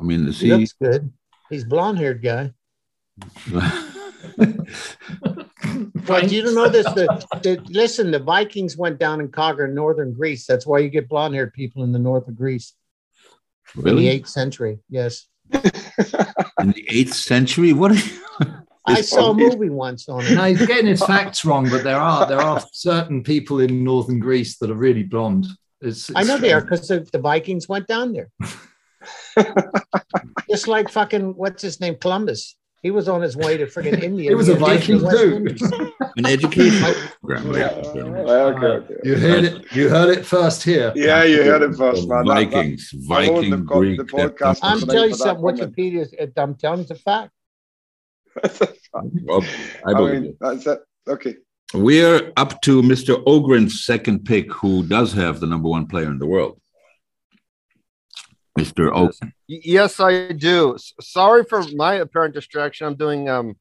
S3: I mean, is
S4: He
S3: he?
S4: looks good. He's blonde haired guy. But you don't know this. The, the, listen, the Vikings went down in Cogger, northern Greece. That's why you get blonde haired people in the north of Greece in the
S3: [laughs] Really?
S4: eighth century. Yes.
S3: In the eighth century? What? Are you-
S4: I saw a movie once on it.
S2: No, he's getting his facts wrong, but there are there are certain people in northern Greece that are really blonde. It's,
S4: I know
S2: it's-
S4: they are because the, the Vikings went down there. Just like fucking what's his name, Columbus. He was on his way to friggin' India.
S2: He was a
S4: He did
S2: Viking
S4: the West
S2: too.
S4: Indies.
S3: An
S7: [laughs]
S3: educational program. ladies and gentlemen.
S7: Okay, okay.
S2: Oh, Uh, You heard it. You heard it first here.
S7: Yeah, you heard it first,
S3: The
S7: man. That- [laughs] that-
S3: Vikings, Viking,
S7: they've got
S3: Greek.
S7: the
S3: they've
S7: podcast
S3: got-
S4: I'm
S7: Tonight
S4: telling you
S7: for that
S4: something.
S7: comment.
S4: Wikipedia. is- I'm telling you it's a fact.
S3: Well, I
S7: I
S3: believe
S7: mean,
S3: you.
S7: that's it. Okay.
S3: We're up to Mr. Ogren's second pick, who does have the number one player in the world. Mr. Ogren.
S9: Y- Yes, I do. S- Sorry for my apparent distraction. I'm doing um,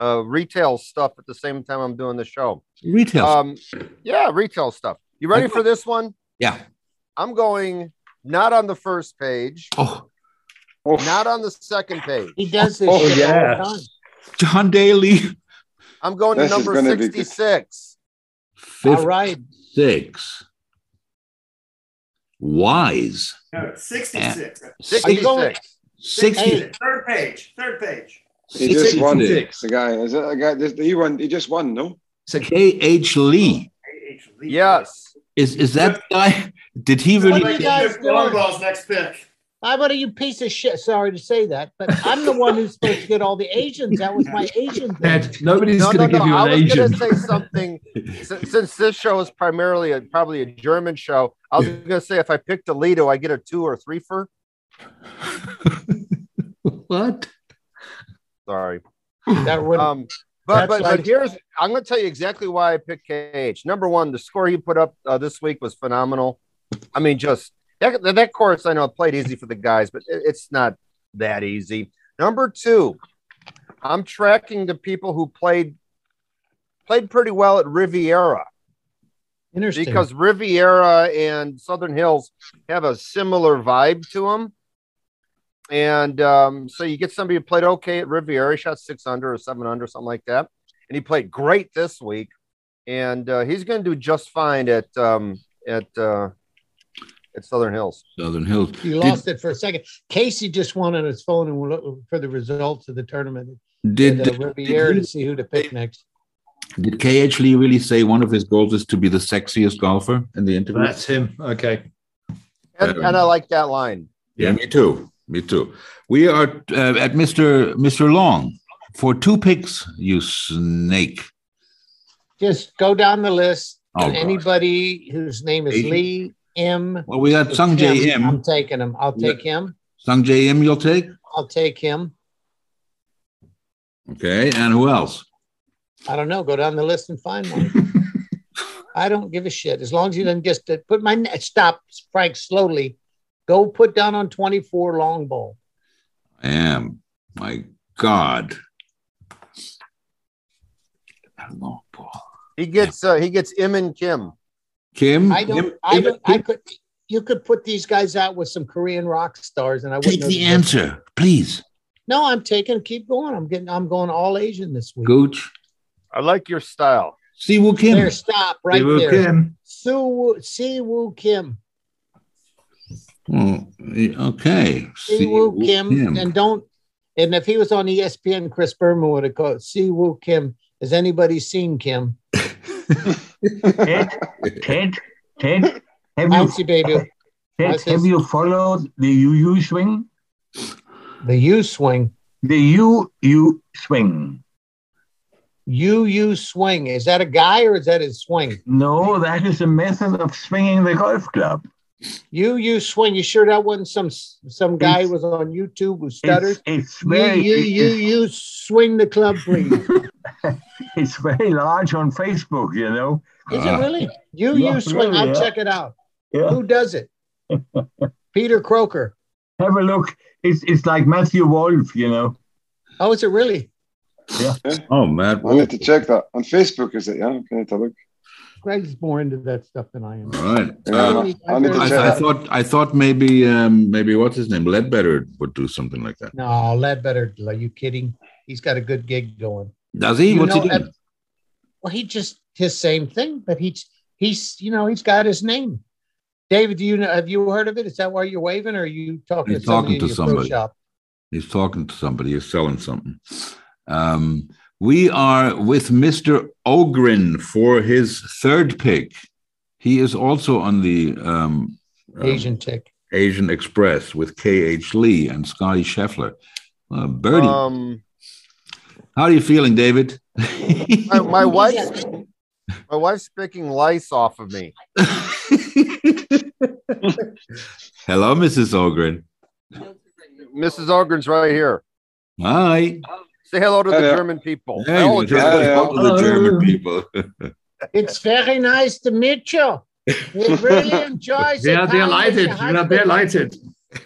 S9: uh, retail stuff at the same time I'm doing the show.
S3: Retail.
S7: Uh,
S9: Um, yeah, retail stuff. You ready for this one?
S3: yeah.
S9: I'm going not on the first page,
S3: Oh,
S9: not on the second page.
S4: He does this
S7: Oh,
S4: shit
S8: yeah.
S4: all the time.
S3: John Daly,
S9: I'm going
S7: This
S9: to
S7: is
S9: number
S7: gonna be good.
S9: 66.
S4: All
S3: 56.
S4: right.
S3: Wise.
S6: No, 66.
S9: 66.
S3: 60.
S4: Hey.
S6: Third page. Third page.
S7: He just won. The
S8: 66.
S7: guy is it a guy? This, he won. He just won. No.
S3: K.H.
S6: AH
S3: Lee.
S6: Lee.
S9: Yes.
S3: Is, is that guy? Did he
S6: What
S4: What are
S6: are
S3: really?
S4: you guys doing?
S6: Longball's next pick.
S4: How about you piece of shit? Sorry to say that, but I'm the one who's supposed to get all the Asians. That was my Asian thing.
S8: Ed, nobody's
S9: No, no,
S8: going to
S9: no.
S8: give you an
S9: I was
S8: Asian.
S9: going to say
S8: [laughs]
S9: something since, since this show is primarily a, probably a German show. I was going to say if I pick Toledo, I get a two or three for.
S2: [laughs] What?
S9: Sorry.
S4: That would
S9: Um, but
S4: That's
S9: but,
S4: like-
S9: but here's I'm going to tell you exactly why I picked KH. Number one, the score he put up uh, this week was phenomenal. I mean, just that, that- that course I know it played easy for the guys, but it- it's not that easy. Number two, I'm tracking the people who played played pretty well at Riviera
S4: interesting.
S9: because Riviera and Southern Hills have a similar vibe to them. And um, so you get somebody who played okay at Riviera, he shot six under or seven under, something like that. And he played great this week. And uh, he's going to do just fine at um, at uh, at Southern Hills.
S3: Southern Hills.
S4: you lost it for a second. Casey just went on his phone and we're looking for the results of the tournament.
S3: Did,
S4: the
S3: did,
S4: Riviera
S3: did
S4: to see who to pick next.
S3: Did KH Lee really say one of his goals is to be the sexiest golfer in the interview?
S8: That's him. Okay.
S9: And, and I like that line.
S3: yeah, me too. Me too. We are uh, at Mr. Mr. Long for two picks, you snake.
S4: Just go down the list.
S3: Oh,
S4: and
S3: God.
S4: anybody whose name is
S3: Asian?
S4: Lee M.
S3: Well, we got Sung J
S4: Kim, I'm
S3: M.
S4: taking him. I'll
S3: Yeah.
S4: take him.
S3: Sung J M, you'll take?
S4: I'll take him.
S3: Okay. And who else?
S4: I don't know. Go down the list and find
S3: [laughs]
S4: one. I don't give a shit. As long as you doesn't just uh, put my ne- stop, Frank, slowly. Go put down on 24 long ball.
S3: I am. My God. Long ball.
S9: He gets uh, he gets Im and Kim.
S3: Kim?
S4: I don't,
S3: Kim,
S4: I
S3: Kim,
S4: don't, I could, you could put these guys out with some Korean rock stars and I wouldn't
S3: take
S4: know
S3: the
S4: difference.
S3: answer, please.
S4: No, I'm taking, keep going. I'm getting, I'm going all Asian this week.
S3: Gooch.
S9: I like your style.
S3: Siwoo Kim.
S4: There, stop right
S8: Woo
S4: there.
S8: Kim.
S4: Soo Siwoo Kim.
S3: Oh, okay.
S4: Siwoo Kim. And don't and if he was on E ESPN, Chris Berman would have called it Siwoo Kim. Has anybody seen Kim?
S11: Ted, Ted, Ted, have you,
S4: Nancy baby.
S11: Ted,
S4: what's this?
S11: have you followed the UU swing?
S4: The U swing.
S11: The UU swing.
S4: U U swing. Is that a guy or is that his swing?
S11: No, that is a method of swinging the golf club.
S4: U U swing. You sure that wasn't some some guy who was on YouTube who
S11: It's,
S4: stuttered?
S11: it's
S4: You
S11: very,
S4: you you
S11: it's,
S4: you swing the club,
S11: [laughs]
S4: please. Is
S11: it's very large on Facebook, you know.
S4: it really? You
S11: Yeah,
S4: you swing. I'll
S11: yeah.
S4: check it out.
S11: Yeah.
S4: Who does
S11: [laughs]
S4: it? Peter Croker.
S11: Have a look. It's it's like Matthew Wolf, you know.
S4: Oh, is it really?
S11: Yeah.
S3: Oh man,
S7: I need to check that on Facebook. Is it? Yeah, okay, have a look.
S4: Greg's more into that stuff than I am.
S3: All right.
S7: Yeah,
S3: Uh,
S7: I need to check
S3: I, I
S7: that.
S3: thought I thought maybe um, maybe what's his name Ledbetter would do something like that.
S4: No, Ledbetter, are you kidding? He's got a good gig going.
S3: Does he?
S4: You
S3: What's he
S4: know,
S3: doing?
S4: at- Well, he just his same thing, but he's he's you know he's got his name. David, do you know? Have you heard of it? Is that why you're waving, or are you talking
S3: He's
S4: to somebody
S3: talking to
S4: in your pro
S3: somebody.
S4: shop?
S3: He's talking to somebody. He's selling something. Um, we are with Mr. Ogrin for his third pick. He is also on the um, um,
S4: Asian chick.
S3: Asian Express with K.H. Lee and Scotty Scheffler. Uh, Birdie,
S9: Um,
S3: how are you feeling, David? [laughs]
S9: my, my wife's my wife's picking lice off of me.
S3: Hello, Mrs. Ogrin.
S9: Mrs. Ogren's right here.
S3: Hi.
S9: Say hello to the
S3: Hello.
S9: German people.
S3: Hey,
S9: Hello,
S3: we just
S9: German
S3: spoke to
S9: people.
S3: the German people.
S4: It's very nice to meet you. We
S3: [laughs]
S4: really enjoy. the
S8: Wer,
S4: time with
S8: wer leitet?
S4: your
S8: Wer, wer
S4: husband.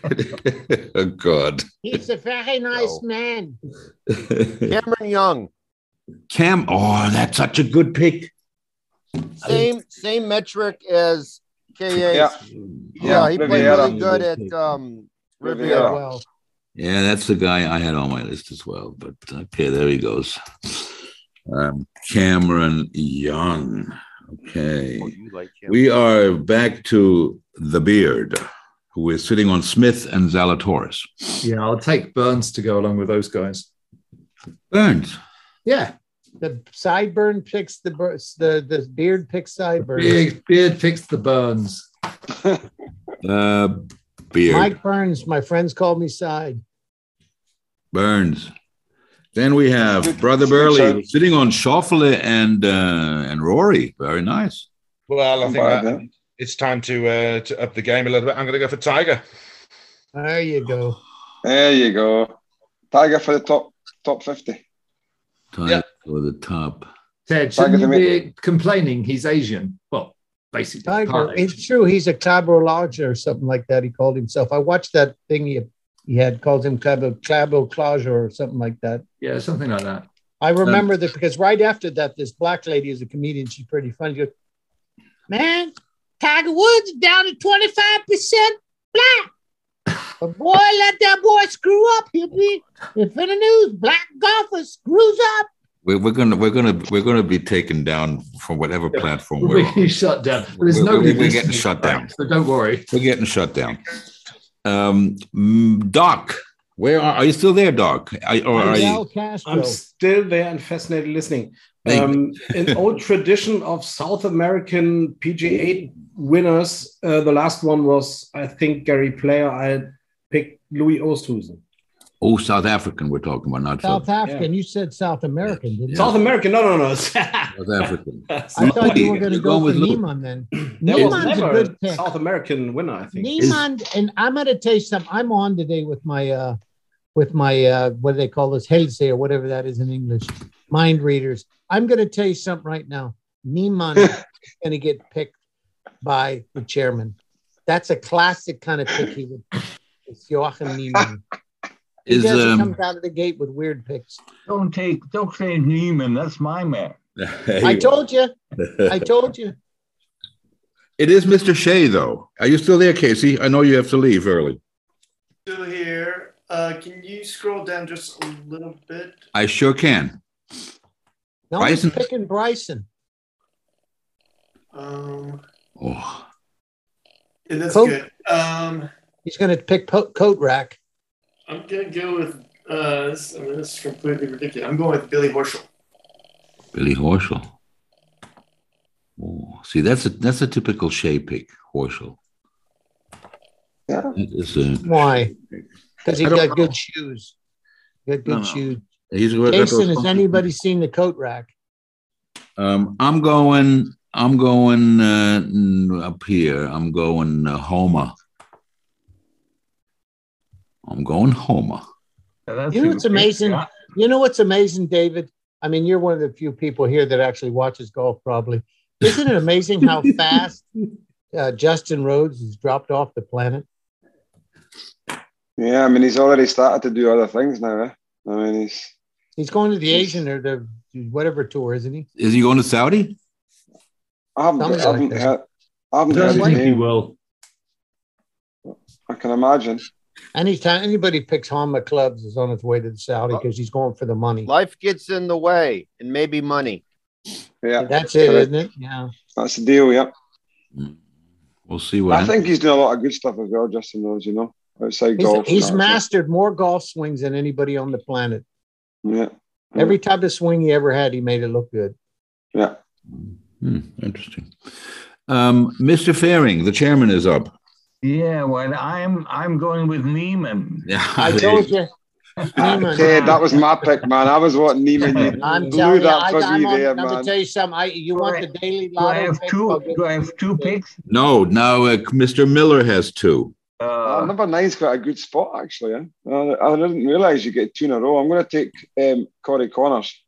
S8: leitet?
S3: [laughs] oh, God.
S4: He's a very nice man.
S9: Cameron Young.
S3: Cam, oh, that's such a good pick.
S9: Same same metric as KA.
S7: Yeah.
S9: Yeah, he played
S7: Riviera.
S9: really good at um, Riviera.
S7: Riviera.
S9: Well,
S3: Yeah, that's the guy I had on my list as well. But okay, there he goes. Um, Cameron Young. Okay. We are back to the beard, who is sitting on Smith and Zalatoris.
S2: Yeah, I'll take Burns to go along with those guys.
S3: Burns.
S2: Yeah,
S4: The sideburn picks the bur- the the beard picks sideburns.
S2: big beard picks the Burns.
S3: Uh, beard.
S4: Mike Burns, my friends call me side.
S3: Burns. Then we have Brother
S7: Good
S3: Burley
S7: choice.
S3: sitting on Schauffele and uh, and Rory. Very nice.
S10: Well, I
S7: Not
S10: think
S7: bad,
S10: that- it's time to uh, to up the game a little bit. I'm going to go for Tiger.
S4: There you go.
S7: There you go. Tiger for the top top fifty.
S3: Time for the top.
S2: Ted, shouldn't you be complaining he's Asian? Well, basically,
S4: Tiber.
S2: part Asian.
S4: It's true. He's a cabrologger or something like that. He called himself. I watched that thing he, he had called him cabrologger or something like that.
S2: yeah, something like that.
S4: I remember that because right after that, this black lady is a comedian. She's pretty funny. She goes, Man, Tiger Woods is down to 25% black. But boy, let that boy screw up. He'll be if in the news. Black golfer screws up.
S3: We're, we're gonna we're gonna we're gonna be taken down from whatever platform
S2: We're
S3: we're on.
S2: being [laughs] shut down. There's
S3: We're-
S2: nobody
S3: we're getting
S2: listening.
S3: shut down.
S2: So don't worry.
S3: We're getting shut down. Um, mm, Doc, where are, are you still there, Doc? Are, or are
S4: Fidel
S3: you?
S4: Castro.
S5: I'm still there and fascinated listening.
S3: Thank
S5: Um, an
S11: [laughs]
S5: old tradition of South American PGA winners. Uh, the last one was, I think, Gary Player. I picked Louis Oosthuizen.
S3: Oh, South African. We're talking about not South,
S4: South African. You said South American, didn't you?
S5: South American? No, no, [laughs] no.
S3: South African.
S4: I thought you were going to
S3: Louis. You're
S4: go
S3: going
S4: for
S3: with Louis.
S4: Neiman then.
S5: There was
S4: Neiman's a
S5: never
S4: good
S5: a
S4: pick.
S5: South American winner, I think.
S4: Neiman, and I'm going to tell you something. I'm on today with my, uh, with my, uh, what do they call this? Helse or whatever that is in English, mind readers. I'm going to tell you something right now.
S3: [laughs]
S4: Neiman is going to get picked by the chairman. That's a classic kind of pick he would. It's Joachim Neiman. He
S3: Is
S4: doesn't
S3: um.
S4: comes out of the gate with weird picks.
S11: Don't take, don't say Neiman. That's my man.
S3: [laughs]
S4: I told you. I told you.
S3: it is Mr. Shea though. Are you still there, Casey? I know you have to leave early.
S6: Still here. Uh, can you scroll down just a little bit?
S3: I sure can.
S4: No,
S3: Bryson.
S4: he's picking Bryson.
S6: Um,
S3: Oh,
S6: yeah, that's
S4: Cool.
S6: good. Um,
S4: He's going to pick po- coat rack.
S6: I'm gonna go with. Uh, this, I mean, this is completely ridiculous. I'm going with Billy Horschel.
S3: Billy Horschel. Oh, see, that's a that's a typical Shea pick, Horschel.
S7: Yeah.
S3: That is a,
S4: Why? Because he
S3: I don't
S4: got
S3: know.
S4: good shoes. He got
S3: No,
S4: good
S3: no.
S4: shoes.
S3: he's a-
S4: Jason, has anybody seen the coat rack?
S3: Um, I'm going. I'm going uh, mm, up here. I'm going uh, Homer. I'm going Homer.
S11: Yeah, that's
S4: You know what's
S11: who-
S4: amazing?
S11: Yeah.
S4: You know what's amazing, David? I mean, you're one of the few people here that actually watches golf, probably. Isn't it amazing
S7: [laughs]
S4: how fast uh, Justin Rhodes has dropped off the planet?
S7: Yeah, I mean he's already started to do other things now. Eh? I mean he's
S4: He's going to the Asian or the whatever tour, isn't he?
S3: Is he going to Saudi?
S7: I haven't, I
S4: Something
S7: haven't,
S4: like
S7: heard, I haven't heard
S4: Doesn't
S7: his
S4: think he
S7: name.
S2: will.
S7: I can imagine.
S4: Anytime anybody picks Hama clubs is on his way to the Saudi because he's going for the money.
S9: Life gets in the way, and maybe money.
S7: Yeah,
S4: that's it, isn't it? Yeah.
S7: That's the deal, yeah.
S3: Hmm. We'll see
S7: But
S3: what.
S7: I think he's doing a lot of good stuff as well, Justin Rose, you know,
S4: He's,
S7: outside golf. and
S4: he's
S7: that.
S4: mastered more golf swings than anybody on the planet. [laughs]
S7: Yeah. Mm.
S4: Every type of swing he ever had, he made it look good.
S7: Yeah.
S3: Hmm, interesting. Um, Mr. Fairing, the chairman is up.
S11: Yeah, well, I'm I'm going with Neiman.
S3: Yeah,
S4: I told you. Neiman.
S7: Okay, that was my pick, man. I was what Neiman. You
S4: [laughs] I'm
S7: blew
S4: telling you,
S7: that
S4: I,
S7: for
S4: I'm
S7: me
S4: on,
S7: there,
S4: I'm gonna
S7: man.
S4: tell you something. I, you want the daily lotto?
S11: have
S4: pick?
S11: two-
S4: I'll give
S11: do I
S4: you
S11: have two picks?
S3: No, now uh, Mr. Miller has two.
S7: Uh, number nine's got a good spot, actually. Eh? Uh, I didn't realise you get two in a row. I'm going to take um, Corey Connors.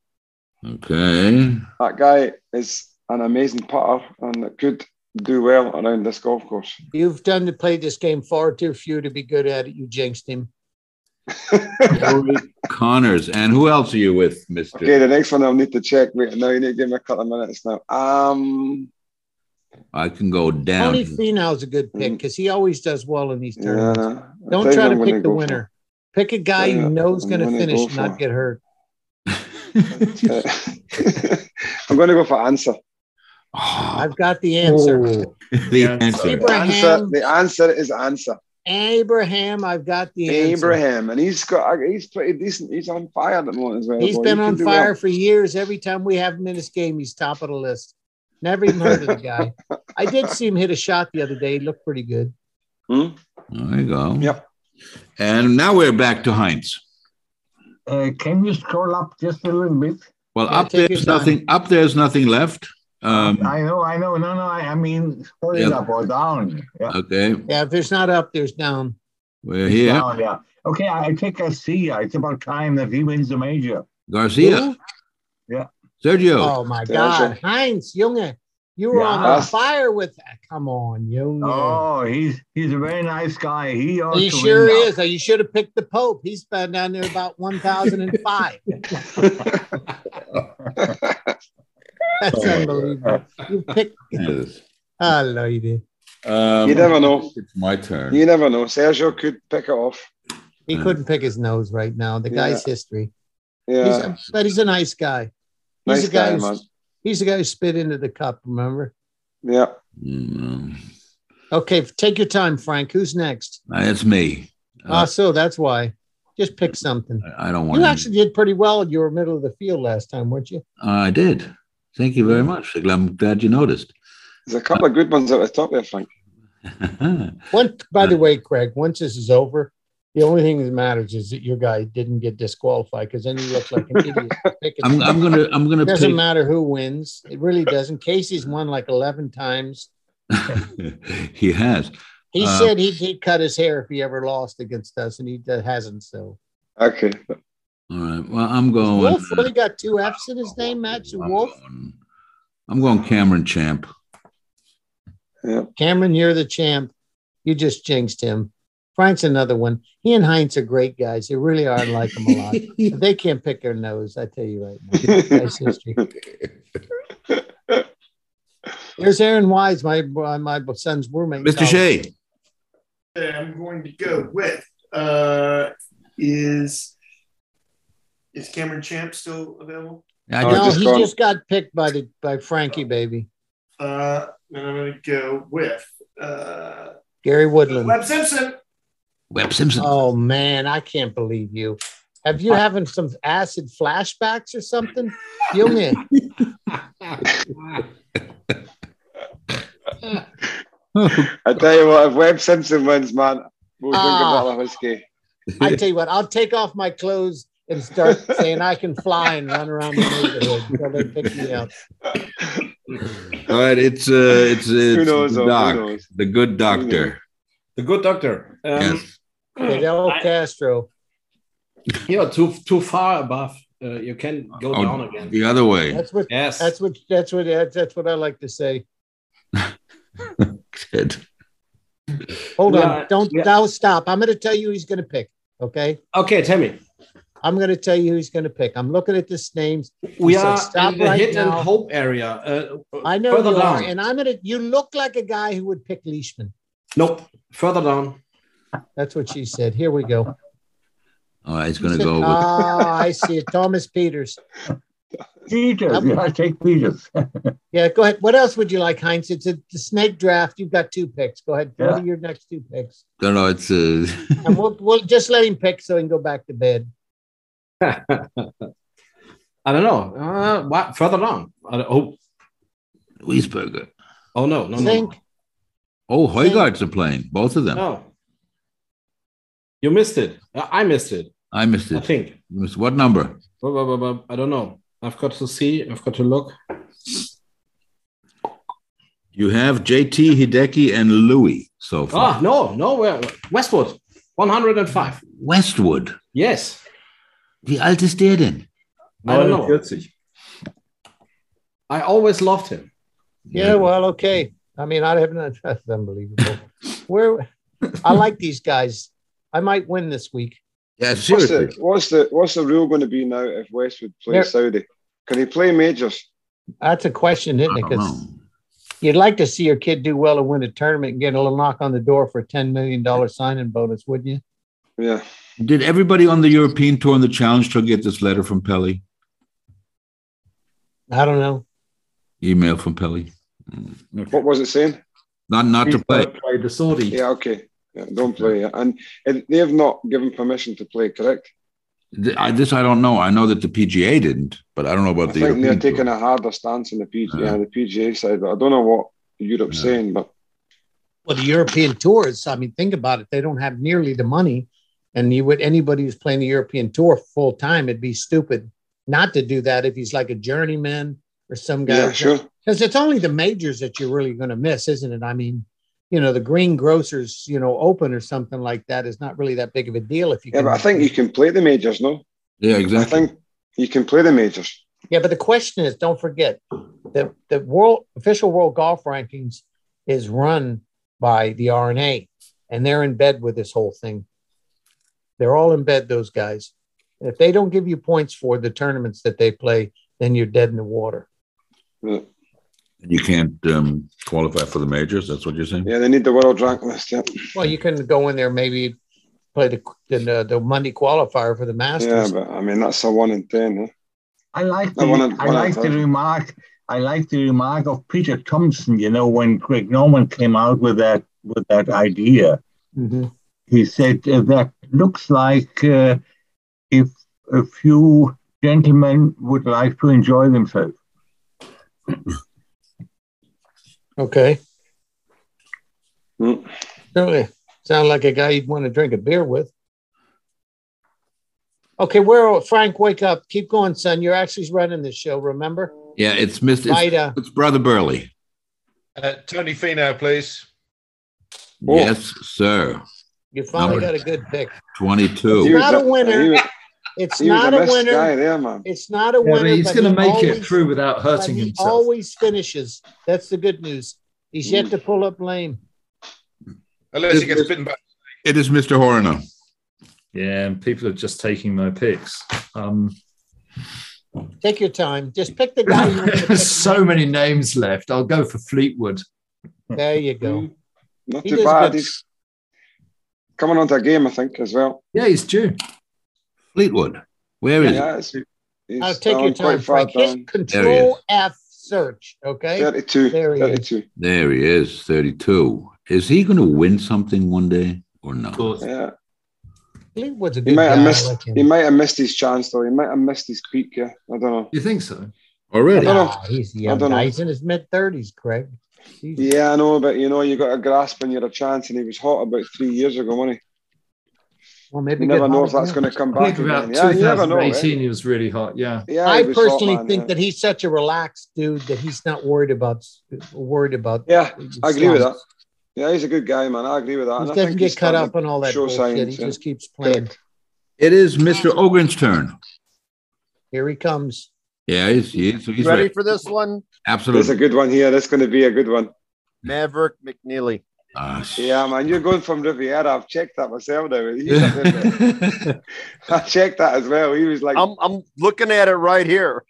S3: Okay.
S7: That guy is an amazing putter and could do well around this golf course.
S4: You've done to play this game far too few to be good at it. You jinxed him.
S7: [laughs]
S3: Connors. And who else are you with, Mr.
S7: Okay, the next one I'll need to check. Wait, now you need to give me a couple of minutes now. Um,
S3: I can go down.
S4: Tony Finau's a good pick because he always does well in these tournaments.
S7: Mm. Yeah, I
S4: Don't
S7: think
S4: try
S7: I'm
S4: to
S7: gonna
S4: pick the
S7: go for-
S4: winner. Pick a guy
S7: Yeah,
S4: you know's
S7: I'm
S4: going to
S7: gonna
S4: finish,
S7: go
S4: and not
S7: for-
S4: get hurt.
S7: [laughs] I'm going to go for answer. [laughs]
S4: I've got the answer.
S3: Ah, the answer.
S7: The answer,
S4: Abraham.
S7: the answer is answer.
S4: Abraham, I've got the answer.
S7: Abraham, and he's got uh, he's pretty decent. He's on fire at the moment as well.
S4: He's
S7: boy.
S4: been
S7: He can
S4: on
S7: do
S4: fire
S7: well.
S4: for years. Every time we have him in this game, he's top of the list. Never even heard of the
S7: [laughs]
S4: guy. I did see him hit a shot the other day. He looked pretty good.
S3: There you go.
S7: Yep.
S3: And now we're back to Heinz.
S11: Uh, can you scroll up just a little bit?
S3: Well,
S11: Yeah,
S3: up
S11: take your
S3: there's
S11: time.
S3: nothing. Up there's nothing left. Um,
S11: I know, I know. No, no. I, I mean, scroll it
S3: Yeah.
S11: up or down. Yeah.
S3: okay,
S4: Yeah, if there's not up, there's down.
S3: we're here.
S11: Down, yeah. Okay. I take Garcia. It's about time that he wins the major.
S3: Garcia,
S4: Who?
S11: Yeah.
S3: Sergio.
S4: Oh my God, Heinz Junge, you were on
S11: Yeah.
S4: fire with that. Come on, Junge.
S11: Oh, he's he's a very nice guy. He, ought
S4: he
S11: to
S4: sure
S11: win now.
S4: is. You should have picked the Pope. He's been down there about one thousand and
S7: [laughs]
S4: five. That's
S7: Oh,
S4: unbelievable. You uh, picked.
S3: Yes.
S4: I love you. dude.
S3: Um,
S7: You never know.
S3: It's my turn.
S7: You never know. Sergio could pick it off.
S4: He couldn't pick his nose right now. The guy's
S7: Mm. Yeah.
S4: history. He's
S7: Yeah,
S4: a- but he's a nice guy. He's
S7: nice
S4: a guy.
S7: guy, man.
S4: who's- he's the guy who spit into the cup. Remember?
S7: Yeah.
S3: Mm,
S4: Okay, f- take your time, Frank. Who's next?
S3: That's me.
S4: Ah, so that's why. Just pick something.
S3: Uh, I don't want.
S4: You
S3: to.
S4: actually did pretty well. You were middle of the field last time, weren't you?
S3: I did. Thank you very much. I'm glad you noticed. [laughs]
S7: There's a couple of good ones at the top there, Frank.
S4: One, by the way, Craig. Once this is over, the only thing that matters is that your guy didn't get disqualified because then you look like an
S3: [laughs]
S4: idiot. for picking
S3: I'm, I'm gonna. I'm gonna.
S4: It doesn't
S3: pick-
S4: matter who wins. It really doesn't. Casey's won like eleven times.
S3: [laughs] he has.
S4: He
S3: Uh,
S4: said he did cut his hair if he ever lost against us, and he d- hasn't. So
S7: Okay.
S3: All right. Well, I'm going. uh,
S4: Wolf really got two F's in his name. Match Wolf.
S3: I'm going Cameron Champ.
S4: Cameron, you're the champ. You just jinxed him. Frank's another one. He and Heinz are great guys. They really are. I like them a lot. But they can't pick their nose. I tell you right now. That's history. There's Aaron Wise, my my my son's roommate.
S3: Mr. Shea.
S6: that I'm going to go with uh, is is Cameron Champ still available?
S3: I
S4: no,
S3: just-
S4: he
S7: gone-
S4: just got picked by the by Frankie, baby.
S6: Uh, then I'm going to go with uh,
S4: Gary Woodland.
S6: Webb Simpson.
S3: Webb Simpson.
S4: Oh man, I can't believe you. Have you having some acid flashbacks or something? Junge.
S7: I tell you what, if Webb Simpson wins, man, we'll drink
S4: Ah.
S7: a bottle of whiskey.
S4: I tell you what, I'll take off my clothes and start saying I can fly and run around the neighborhood until they pick me up.
S3: All right. It's uh, it's it's
S7: knows,
S3: the
S7: though? Who
S3: doc,
S7: knows?
S3: the good doctor.
S5: The good doctor. Um,
S3: Yes.
S4: Fidel Castro.
S5: Yeah, too too far above. Uh, you can go
S3: Oh,
S5: down again.
S3: The other way.
S4: That's what
S5: Yes.
S4: that's what that's what that's, that's what I like to say.
S3: Good.
S4: Hold
S5: Yeah,
S4: on. Don't
S5: yeah.
S4: don't stop. I'm gonna tell you who he's gonna pick. Okay.
S5: Okay, tell me.
S4: I'm going to tell you who's going to pick. I'm looking at this names.
S5: We
S4: He said,
S5: are
S4: stop
S5: in the
S4: right
S5: hit and
S4: now."
S5: hope area. Uh,
S4: I know
S5: further
S4: you are,
S5: down.
S4: and I'm gonna. You look like a guy who would pick Leishman.
S5: nope. Further down.
S4: That's what she said. Here we go.
S3: All right, it's going to
S4: [laughs]
S3: go with
S4: Ah, I see it. Thomas Peters.
S11: Peters,
S4: Yep.
S11: yeah, I take Peters. [laughs]
S4: Yeah, go ahead. What else would you like, Heinz? It's a the snake draft. You've got two picks. Go ahead. What
S3: Yeah.
S4: are your next two picks?
S3: no, no, it's uh, [laughs]
S4: And we'll, we'll just let him pick so he can go back to bed.
S5: I don't know.
S3: Ah,
S5: Uh, wha- further down. I don't- oh,
S3: Wiesberger.
S5: Oh no, no, no,
S4: Zink.
S3: Oh, Hoygaard's are playing both of them.
S5: no. You missed it. Uh, I missed it.
S3: I missed it.
S5: I think.
S3: You missed- what number?
S5: Blah, blah, blah, blah. I don't know. I've got to see. I've got to look.
S3: You have JT Hideki and Louis so far.
S5: Ah, no, no. Where? Westwood, 105.
S3: Westwood.
S5: Yes.
S3: Wie alt ist der denn?
S5: I don't know. I always loved him.
S4: Yeah, well, okay. I mean, I haven't. [laughs] That's unbelievable. Where I like these guys. I might win this week.
S3: Yeah,
S7: What's the, what's the what's the rule going to be now if Westwood plays
S4: There-
S7: Saudi? Can he play majors?
S4: That's a question, isn't it?
S7: I don't
S4: 'Cause you'd like to see your kid do well and win a tournament and get a little knock on the door for a ten million dollar signing bonus, wouldn't you?
S7: Yeah.
S3: Did everybody on the European tour and the Challenge Tour get this letter from Pelly?
S4: I don't know.
S3: Email from Pelly?
S7: What was it saying?
S3: Not not to play.
S2: play the Saudi.
S7: Yeah, okay. Yeah, don't play. yeah. And, and they have not given permission to play, correct?
S3: Th- I, this I don't know. I know that the PGA didn't, but I don't know about the
S7: I think they're
S3: European
S7: taking a harder stance on the PGA, yeah, the PGA side. But I don't know what Europe's saying, but
S4: Well, the European tours. I mean, think about it. They don't have nearly the money, and you would anybody who's playing the European tour full time, it'd be stupid not to do that if he's like a journeyman or some guy.
S7: Yeah, sure.
S4: Because it's only the majors that you're really going to miss, isn't it? I mean, you know, the Green Grocers, you know, Open or something like that is not really that big of a deal if you.
S7: yeah, but I think you can play the majors, no?
S3: Yeah,
S7: exactly. I think you can play the majors.
S4: Yeah, but the question is, don't forget the the world official world golf rankings is run by the RNA, and they're in bed with this whole thing. They're all in bed, those guys. And if they don't give you points for the tournaments that they play, then you're dead in the water.
S3: Tour. You can't um, qualify for the majors. That's what you're saying.
S7: Yeah, they need the world rank list. Yeah,
S4: Well, you can go in there maybe play the the, the Monday qualifier for the
S7: yeah
S4: Masters.
S7: but I mean that's a one in ten. Huh?
S11: I like
S7: I
S11: the, I,
S7: wanna- wanna-
S11: like the remark. I like the remark of Peter Thompson. You know, when Greg Norman came out with that with that idea, he said uh, that looks like uh, if a few gentlemen would like to enjoy themselves.
S4: Okay.
S7: Hmm.
S4: Certainly. Sound like a guy you'd want to drink a beer with. Okay, where Frank, wake up. Keep going, son. You're actually running this show, remember? uh,
S3: Yeah, it's Mr. It's,
S4: Vida.
S3: it's Brother Burley.
S10: Uh, Tony Finau, please.
S7: Oh.
S3: Yes, sir.
S4: You finally
S3: Number
S4: got a good pick. It's
S3: Twenty-two.
S4: not a winner. It's
S7: he was
S4: not
S7: a
S4: a
S7: missed
S4: winner.
S7: guy there, man.
S4: It's not a
S2: Yeah, but
S4: winner.
S2: he's
S4: but
S2: going to
S4: he
S2: make it
S4: always-
S2: through
S4: but
S2: without hurting
S4: he
S2: himself.
S4: always finishes. That's the good news. He's
S7: Mm.
S4: yet to pull up lame.
S10: Unless he gets bitten by.
S3: It is Mr. Horner.
S8: Yeah, and people are just taking my picks.
S4: [laughs]
S8: Um,
S4: Take your time. Just pick the guy. You want to pick.
S2: [laughs] there's [laughs] so many names left. I'll go for Fleetwood.
S4: There you go.
S7: Not
S4: He
S7: too
S4: does
S7: bad.
S4: good.
S7: He's coming onto a game, I think, as well.
S2: Yeah, he's due.
S3: Fleetwood. Where is it?
S7: Yeah, it's, he's
S4: I'll Uh, take your
S7: down
S4: time,
S7: quite far
S4: Frank. Hit
S3: There
S7: down.
S3: he
S4: Control F search. Okay.
S7: 32.
S4: There he is.
S7: 32.
S3: There he is, 32. Is he going to win something one day or no?
S7: Yeah.
S4: Fleetwood's a
S7: He
S4: good
S7: might
S4: guy.
S7: have
S4: I
S7: missed
S4: like him.
S7: he might have missed his chance though. He might have missed his peak, yeah. I don't know.
S2: You think so?
S3: Already?
S4: Nah, he's young.
S7: don't know.
S4: guy. He's in his mid thirties, Craig.
S7: Yeah, I know, but you know, you got a grasp when you're a chance, and he was hot about three years ago, wasn't
S4: Well,
S7: he?
S4: maybe
S7: You
S4: get
S7: never know
S4: Howard
S7: if that's
S4: Graham.
S7: going to come
S2: I
S7: back.
S2: think about
S7: again. Yeah, you never know.
S2: 2018,
S7: eh?
S2: he was really hot. Yeah.
S7: Yeah,
S4: I
S7: he was hot,
S4: personally
S7: man,
S4: think
S7: yeah.
S4: that he's such a relaxed dude that he's not worried about worried about.
S7: Yeah, I agree with that.
S4: slumps.
S7: Yeah, he's a good guy, man. I agree with
S4: He
S7: that. and I
S4: doesn't
S7: think
S4: get
S7: he's
S4: cut
S7: starting
S4: up on all that
S7: to show
S4: bullshit. he
S7: signs, yeah.
S4: just keeps playing.
S3: It is Mr. Ogren's turn.
S4: Here he
S7: [laughs]
S4: comes.
S3: Yeah, he's, he's, he's
S9: Ready
S3: ready.
S9: for this one?
S7: There's a
S3: Absolutely.
S7: good one here. That's going to be a good one.
S9: Maverick McNeely.
S3: Ah,
S7: yeah, man, you're going from Riviera. I've checked that myself now. He's
S4: [laughs]
S7: not in
S3: [laughs]
S7: there. I checked that as well. He was like,
S9: I'm, I'm looking at it right here.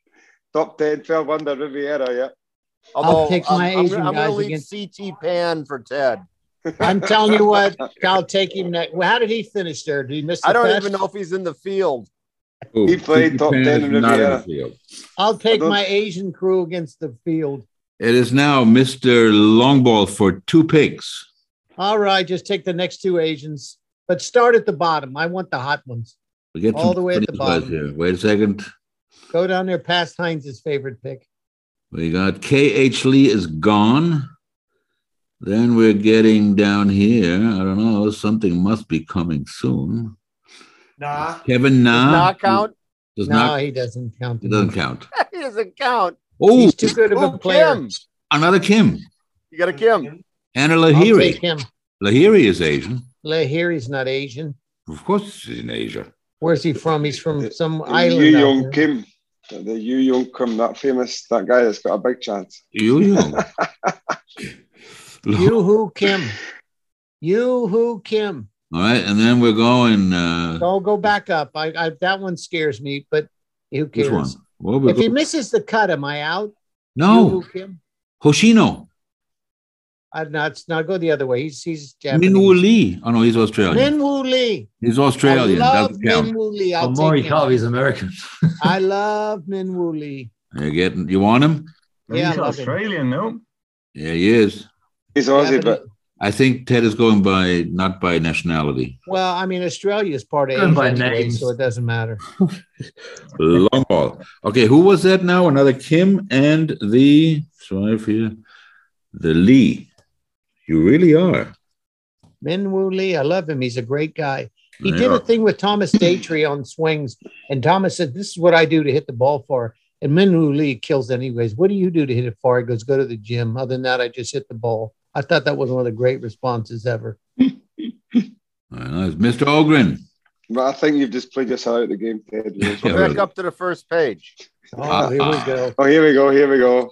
S7: Top 10 fell under Riviera, yeah.
S9: Although
S4: I'll take my
S9: I'm- I'm,
S4: Asian
S9: gonna- I'm going
S4: guys
S9: to leave CT Pan for Ted.
S4: I'm telling you what, I'll take him next. Well, how did he finish there? Did he miss? The
S9: I don't
S4: cut?
S9: even know if he's in the field.
S3: He
S7: played top 10 in Riviera.
S4: I'll take my Asian crew against the field.
S3: It is now Mr. Longball for two picks.
S4: All right, just take the next two Asians, but start at the bottom. I want the hot ones.
S3: We get
S4: All
S3: some
S4: the way at the
S3: pretty guys
S4: bottom.
S3: Here. Wait a second.
S4: Go down there past Heinz's favorite pick.
S3: We got K.H. Lee is gone. Then we're getting down here. I don't know. Something must be coming soon.
S6: Nah.
S3: Kevin Nah.
S9: Not count. [laughs]
S3: Does
S4: no,
S3: not,
S4: he doesn't count.
S3: it doesn't count.
S9: he doesn't count.
S3: Oh,
S4: He's too good of a
S9: Ooh,
S4: player.
S9: Kim.
S3: another Kim.
S9: You got a Kim.
S3: Anna
S4: I'll
S3: Lahiri.
S4: take him.
S3: Lahiri is Asian.
S4: Lahiri's not Asian.
S3: Of course, she's in Asia.
S4: Where's he from? He's from some
S7: The
S4: island.
S7: Yu
S4: out
S7: Young
S4: there.
S7: Kim. The Yu Young Kim, that famous, that guy that's got a big chance.
S3: You, you.
S4: [laughs] You who Kim? You who Kim?
S3: All right. And then we're going. Uh,
S4: Don't go back up. I, I that one scares me, but who
S3: which
S4: cares?
S3: one? Well, we're
S4: If he
S3: going,
S4: misses the cut, am I out? You
S3: no,
S4: who Kim?
S3: Hoshino.
S4: I'd not. No, go the other way. He's he's Japanese.
S3: Minwoo Lee. Oh, no, he's Australian.
S4: Min Woo Lee.
S3: He's
S4: I
S3: Australian.
S4: love
S3: Doesn't
S4: Min
S3: count.
S4: Woo Lee. I'll
S2: Oh,
S4: take
S2: Maury
S4: him.
S2: Carvey's
S7: [laughs]
S2: American.
S4: I love Min Woo Lee.
S3: You're getting, you want him?
S4: Yeah, I
S11: he's
S4: love him.
S11: Australian, no?
S3: Yeah, he is.
S7: He's
S4: Yeah,
S7: Aussie,
S4: but
S7: but
S3: I think Ted is going by not by nationality.
S4: Well, I mean, Australia is part of
S2: Going
S4: Asia,
S2: by
S4: anyway,
S2: names.
S4: so it doesn't matter.
S3: Long ball. Okay, who was that now? Another Kim and the five here, the Lee. You really are.
S4: Min Woo Lee, I love him. He's a great guy. He
S3: They
S4: did
S3: are.
S4: a thing with Thomas Daytree on swings, and Thomas said, "This is what I do to hit the ball far." And Min Woo Lee kills anyways. What do you do to hit it far? He goes, "Go to the gym." Other than that, I just hit the ball. I thought that was one of the great responses ever.
S3: All right, nice. Mr. Ogren.
S7: but I think you've just played yourself out of the game, Ted.
S3: [laughs] Yeah,
S9: Back
S3: really.
S9: up to the first page.
S4: Oh,
S3: Ah.
S4: here we go.
S7: Oh, here we go. Here we go.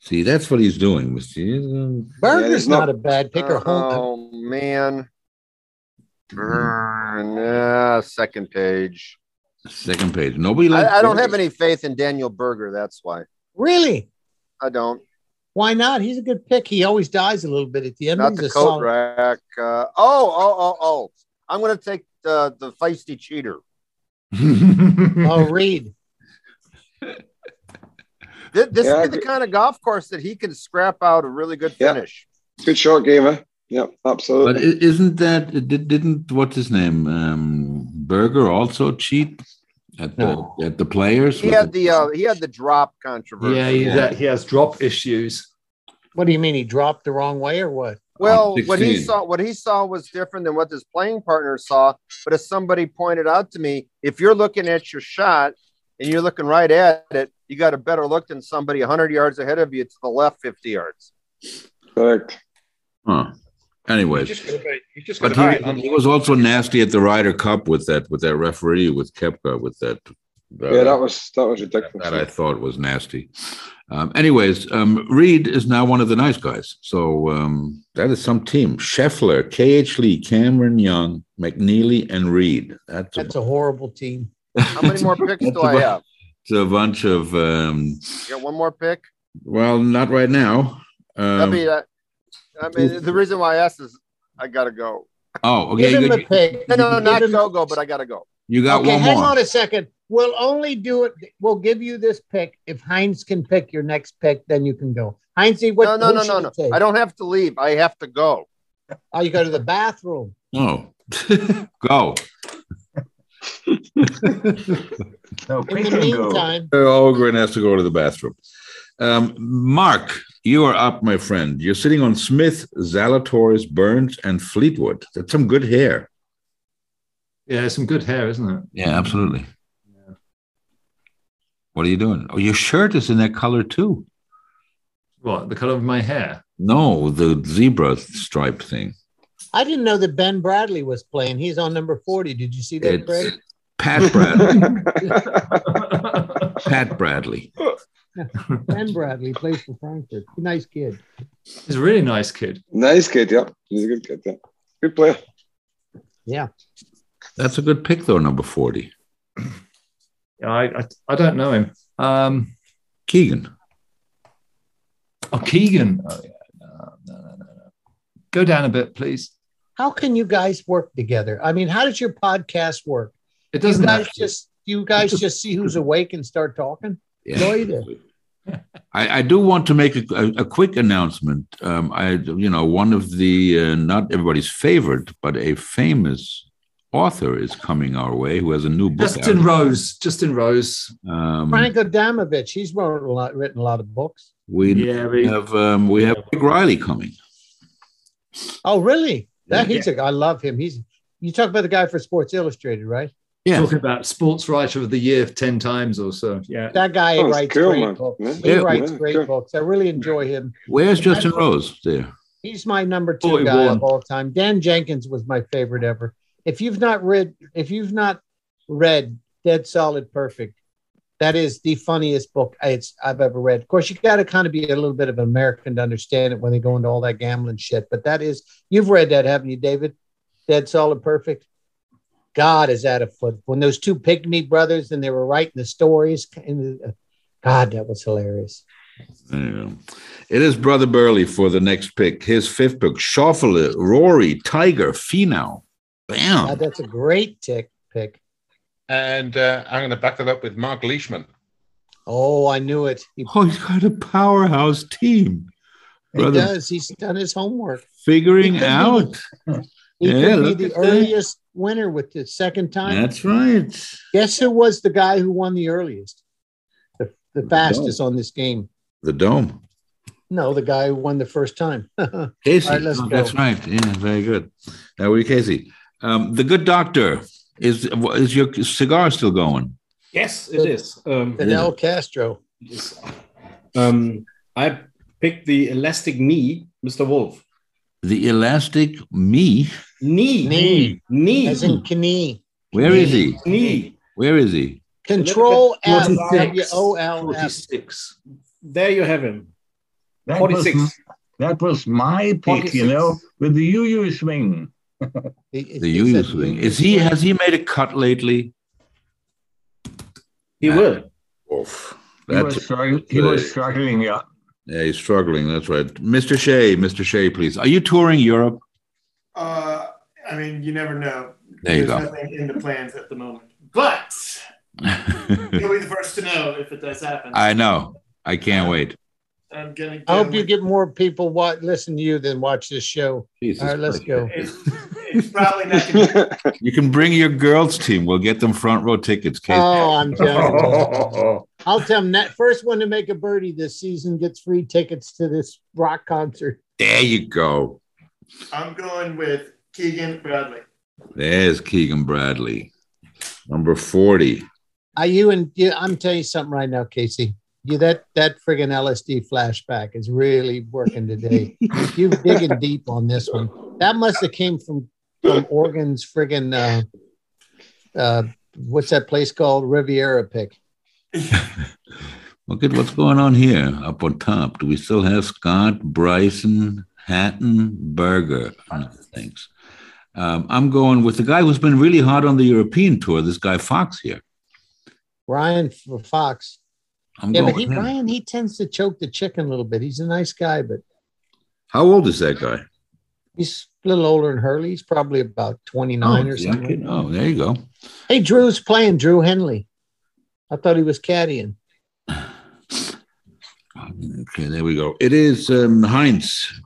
S3: See, that's what he's doing. Was he- um,
S4: Mm, Burger's
S7: it's
S4: not,
S7: not-
S4: a bad picker. Hol-
S9: Oh man. Burn. Ah, second page.
S3: Second page. Nobody likes.
S9: I, I don't have any faith in Daniel Berger. That's why
S4: really?
S9: I don't.
S4: Why not? He's a good pick. He always dies a little bit at the end. but
S9: Not
S4: he's
S9: the
S4: a
S9: coat
S4: solid-
S9: rack. Uh, oh, oh, oh, oh! I'm going to take the the feisty cheater.
S4: [laughs] Oh, Reed.
S9: This, this
S7: Yeah, I
S9: would be the
S7: agree.
S9: kind of golf course that he can scrap out a really good
S7: Yeah.
S9: finish.
S7: Good short game, eh? Yep,
S3: [laughs] But
S7: absolutely.
S3: i- isn't that did- didn't what's his name um, Berger also cheat at the
S2: No.
S3: at the players?
S9: He
S3: with
S9: had the uh, he had the drop controversy.
S2: yeah, he's a- he has drop issues.
S4: What do you mean he dropped the wrong way or what?
S9: Well,
S3: On
S9: what he
S3: 16.
S9: saw what he saw was different than what his playing partner saw. But as somebody pointed out to me, if you're looking at your shot and you're looking right at it, you got a better look than somebody 100 yards ahead of you to the left 50 yards.
S7: Correct.
S3: Huh.
S10: You
S3: Anyways,
S10: just gotta be- you just
S3: But
S10: gotta be
S3: he, he was also nasty at the Ryder Cup with that with that referee with Kepka with that. uh,
S7: Yeah, that was that was ridiculous.
S3: that I thought was nasty. Um, anyways, um, Reed is now one of the nice guys. So um, that is some team: Scheffler, KH Lee, Cameron Young, McNeely, and Reed. That's a,
S4: That's a horrible team.
S9: How many more picks do I
S3: [laughs]
S9: have?
S3: it's a bunch of um,
S9: You got one more pick.
S3: well, not right now.
S9: I
S3: Um,
S9: mean, I, I mean, the reason why I asked is I gotta go.
S3: oh, okay,
S4: Give him a
S3: you,
S4: pick.
S9: No, no, not
S4: Give him-
S9: go go, but I gotta go.
S3: you got
S4: okay,
S3: one
S4: hang
S3: more.
S4: on a second. We'll only do it. We'll give you this pick if Heinz can pick your next pick. Then you can go. Heinz, what?
S9: no, no,
S4: who
S9: no, no,
S4: should
S9: no.
S4: we take?
S9: I don't have to leave. I have to go.
S4: Oh, you go to the bathroom.
S3: No, Oh. [laughs] go.
S11: No,
S4: In the
S11: Peter go.
S4: meantime,
S3: Uh, Ogren has to go to the bathroom. Um, Mark, you are up, my friend. You're sitting on Smith, Zalatoris, Burns, and Fleetwood. That's some good hair.
S2: Yeah, some good hair, isn't it?
S3: Yeah, absolutely. What are you doing? Oh, your shirt is in that color too.
S2: What the color of my hair? [laughs]
S3: No, the zebra stripe thing.
S4: I didn't know that Ben Bradley was playing. He's on number forty. Did you see that,
S3: It's
S4: Craig?
S3: [laughs]
S7: [laughs]
S3: Pat Bradley.
S2: I
S3: Pat Bradley.
S4: Ben Bradley plays for Frankfurt. Nice kid.
S2: He's a really nice kid.
S7: Nice kid, yeah. He's a good kid, yeah. Good player.
S4: Yeah.
S3: That's a good pick, though, number 40.
S2: Yeah, I, I, I don't know him. Um,
S3: Keegan.
S2: Oh, Keegan. Oh, yeah. No, no, no, no. Go down a bit, please.
S4: How can you guys work together? I mean, how does your podcast work?
S2: It doesn't
S4: You guys
S2: have to.
S4: just you guys just see who's awake and start talking.
S7: Mm-hmm.
S3: Yeah.
S4: Leute.
S3: [laughs] I, I do want to make a, a, a quick announcement. Um, I, you know, one of the uh, not everybody's favorite, but a famous author is coming our way who has a new book.
S2: Justin
S3: out.
S2: Rose. Justin Rose.
S3: Um,
S4: Frank Adamovich, he's wrote a lot, written a lot of books.
S3: we
S2: Yeah, we-
S3: have um, we have Greg Riley coming.
S4: Oh, really? That
S2: Yeah.
S4: he's a, I love him. He's you talk about the guy for Sports Illustrated, right?
S3: Yeah.
S2: Talking about sports writer of the year 10 times or so. Yeah.
S4: That guy
S7: Oh, it's
S4: writes
S7: cool,
S4: great
S7: man.
S4: books.
S7: Yeah.
S4: He
S3: Yeah,
S4: writes
S7: yeah,
S4: great
S7: sure.
S4: books. I really enjoy him.
S3: Where's Justin Rose? There.
S4: He's my number two
S2: Boy,
S4: guy
S2: Warren.
S4: of all time. Dan Jenkins was my favorite ever. If you've not read, if you've not read Dead Solid Perfect, that is the funniest book I- it's, I've ever read. Of course, you got to kind of be a little bit of an American to understand it when they go into all that gambling shit. But that is, you've read that, haven't you, David? Dead Solid Perfect. God is that a foot when those two pygmy brothers and they were writing the stories. In the, God, that was hilarious.
S3: There you go. It is Brother Burley for the next pick. His fifth book, Schauffele, Rory, Tiger, Finau. Bam.
S4: God, that's a great tick pick.
S10: And uh, I'm going to back that up with Mark Leishman.
S4: Oh, I knew it. He
S3: Oh, he's got a powerhouse team.
S4: He
S3: Brother,
S4: does. He's done his homework.
S3: figuring
S4: He could be-
S3: out.
S4: He
S3: Yeah,
S4: could
S3: look
S4: be
S3: at
S4: the
S3: that.
S4: earliest winner with the second time.
S3: That's right.
S4: Guess who was the guy who won the earliest? The, the fastest on this game.
S3: The dome.
S4: No, the guy who won the first time. [laughs]
S3: Casey.
S4: All right, let's
S3: Oh,
S4: go.
S3: That's right. Yeah, very good. That would be Casey. Um, the good doctor. Is is your cigar still going?
S5: Yes, it is. Um,
S4: Fidel Castro.
S5: Yes. Um, I picked the elastic knee, Mr. Wolf.
S3: The elastic me.
S5: Knee,
S4: Knee.
S5: knee,
S4: As
S3: [clears throat]
S4: in Knee.
S3: Where is he?
S5: knee.
S3: Where is he?
S4: Control F W
S2: 46.
S4: O
S12: Um,
S4: L F.
S2: 46.
S5: There you have him.
S11: That was
S5: 46.
S11: that was my pick,
S5: 46.
S11: you know, with the UU swing.
S3: The Yu thing. Is he? Has he made a cut lately?
S5: He will.
S3: Oof.
S11: He was,
S3: That's
S11: struggling, he was struggling. Yeah,
S3: yeah, he's struggling. That's right. Mr. Shea, Mr. Shea, please. Are you touring Europe?
S6: Uh, I mean, you never know.
S3: There you
S6: There's nothing in the plans at the moment. But
S3: [laughs] go.
S6: you'll be the first to know if it does happen.
S3: I know. I can't wait.
S6: I'm gonna. Go
S4: I hope you
S6: with-
S4: get more people watch, listen to you than watch this show.
S3: Jesus
S4: All right, let's
S3: Christ.
S4: go.
S6: It's, it's probably not
S4: [laughs]
S6: gonna
S3: You can bring your girls' team. We'll get them front row tickets. Kate.
S4: Oh,
S3: [laughs]
S4: I'm joking. I'll tell him that first one to make a birdie this season gets free tickets to this rock concert.
S3: There you go.
S6: I'm going with Keegan Bradley.
S3: There's Keegan Bradley, number forty.
S4: Are you and you, I'm telling you something right now, Casey. You that that friggin' LSD flashback is really working
S3: [laughs]
S4: today. you digging deep on this one. That must have came from from Oregon's friggin' uh, uh, what's that place called Riviera pick?
S3: Look at what's going on here up on top. Do we still have Scott, Bryson, Hatton, Berger? No, thanks. Um, I'm going with the guy who's been really hard on the European tour, this guy Fox here.
S4: Ryan F- Fox.
S3: I'm
S4: Yeah,
S3: going
S4: but he,
S3: with him.
S4: Ryan he tends to choke the chicken a little bit. He's a nice guy, but
S3: How old is that guy?
S4: he's a little older than Hurley. He's probably about twenty nine
S3: oh,
S4: or
S3: young
S4: something.
S3: kid. Oh, there you go.
S4: Hey, Drew's playing Drew Henley. I thought he was caddying.
S3: Okay, there we go. It is um, Heinz,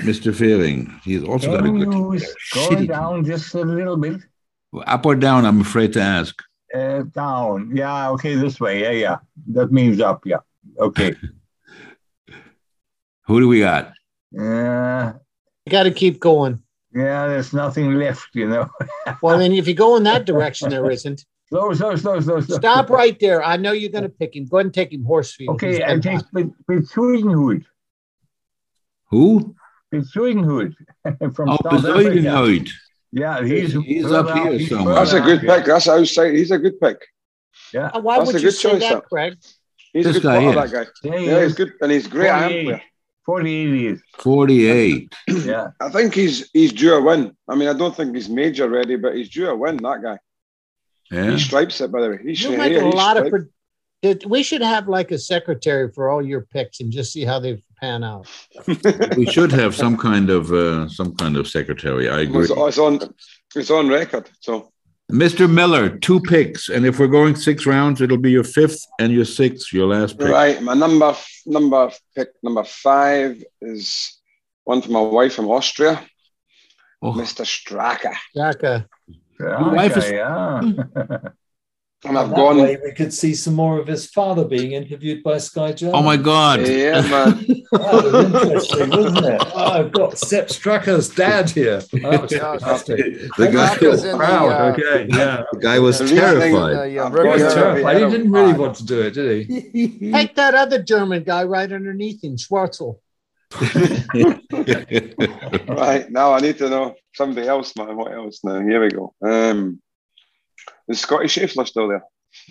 S3: Mr. Fearing. He's also got a good
S11: UU is Oh, going
S3: shitty-
S11: down just a little bit.
S3: Up or down, I'm afraid to ask.
S11: Uh, down. Yeah. Okay. This way. Yeah. Yeah. That means up. Yeah. Okay.
S3: Who do we got?
S11: Uh,
S4: You got to keep going.
S11: yeah. There's nothing left. You know. [laughs]
S4: Well, then if you go in that direction, there isn't.
S11: Slow. Slow. Slow. Slow. slow.
S4: Stop right there. I know you're going to pick him. Go ahead and take him horse feed.
S11: Okay. I take with with Swedenhood.
S3: Who?
S11: With Swedenhood [laughs] from
S3: Oh,
S11: South Africa.
S3: Bezuidenhout.
S11: Yeah. He's
S3: He's up
S11: further
S3: here
S11: he's
S3: somewhere.
S11: further
S7: That's a
S11: up
S7: good
S11: here.
S7: pick. That's outside. He's a good pick.
S11: Yeah.
S4: Why
S7: That's
S4: would
S7: a
S4: you
S7: good
S4: say
S7: choice,
S4: that,
S7: though.
S4: Craig?
S7: He's
S3: This
S7: a good
S3: guy
S7: player,
S3: is.
S7: that guy.
S11: Yeah,
S7: Yeah,
S11: he
S7: he's
S11: is.
S7: good, and he's a
S4: Oh,
S7: great hand
S11: 48.
S7: player.
S11: 48 years.
S3: 48.
S11: Yeah.
S7: I think he's he's due a win. I mean, I don't think he's major ready, but he's due a win. That guy.
S3: Yeah.
S7: He stripes it, by the way. He's
S4: You make a
S7: he's
S4: lot of.
S7: striped.
S4: Pre- that- we should have like a secretary for all your picks and just see how they pan out.
S3: we should have some kind of uh, some kind of secretary. I agree.
S7: It's, it's on it's on record. So
S3: Mr. Miller, two picks, and if we're going six rounds, it'll be your fifth and your sixth, your last pick.
S7: right, my number f- number pick number five is one for my wife from Austria,
S3: Oh.
S7: Mr. Straka.
S4: Jaka.
S2: Your wife is-
S11: yeah.
S12: Hmm.
S7: And I've
S12: that
S7: gone.
S12: way we could see some more of his father being interviewed by Sky Journal.
S3: Oh my God!
S4: [laughs]
S7: [laughs] Yeah, man.
S12: That was interesting, wasn't it? [laughs] Oh, I've got Sepp Stracker's dad here. That was fantastic.
S3: The guy,
S12: That was in the,
S3: wow,
S12: uh,
S3: okay, yeah. the guy was
S12: The reason-
S3: terrified.
S9: uh,
S12: He was terrified. He didn't really want to do it, did he?
S7: Mm.
S4: Take that other German guy right underneath him, Schwartzel.
S3: [laughs]
S7: right now, I need to know somebody else, man. What else now? Here we go. Um, is Scotty Scheffler still there?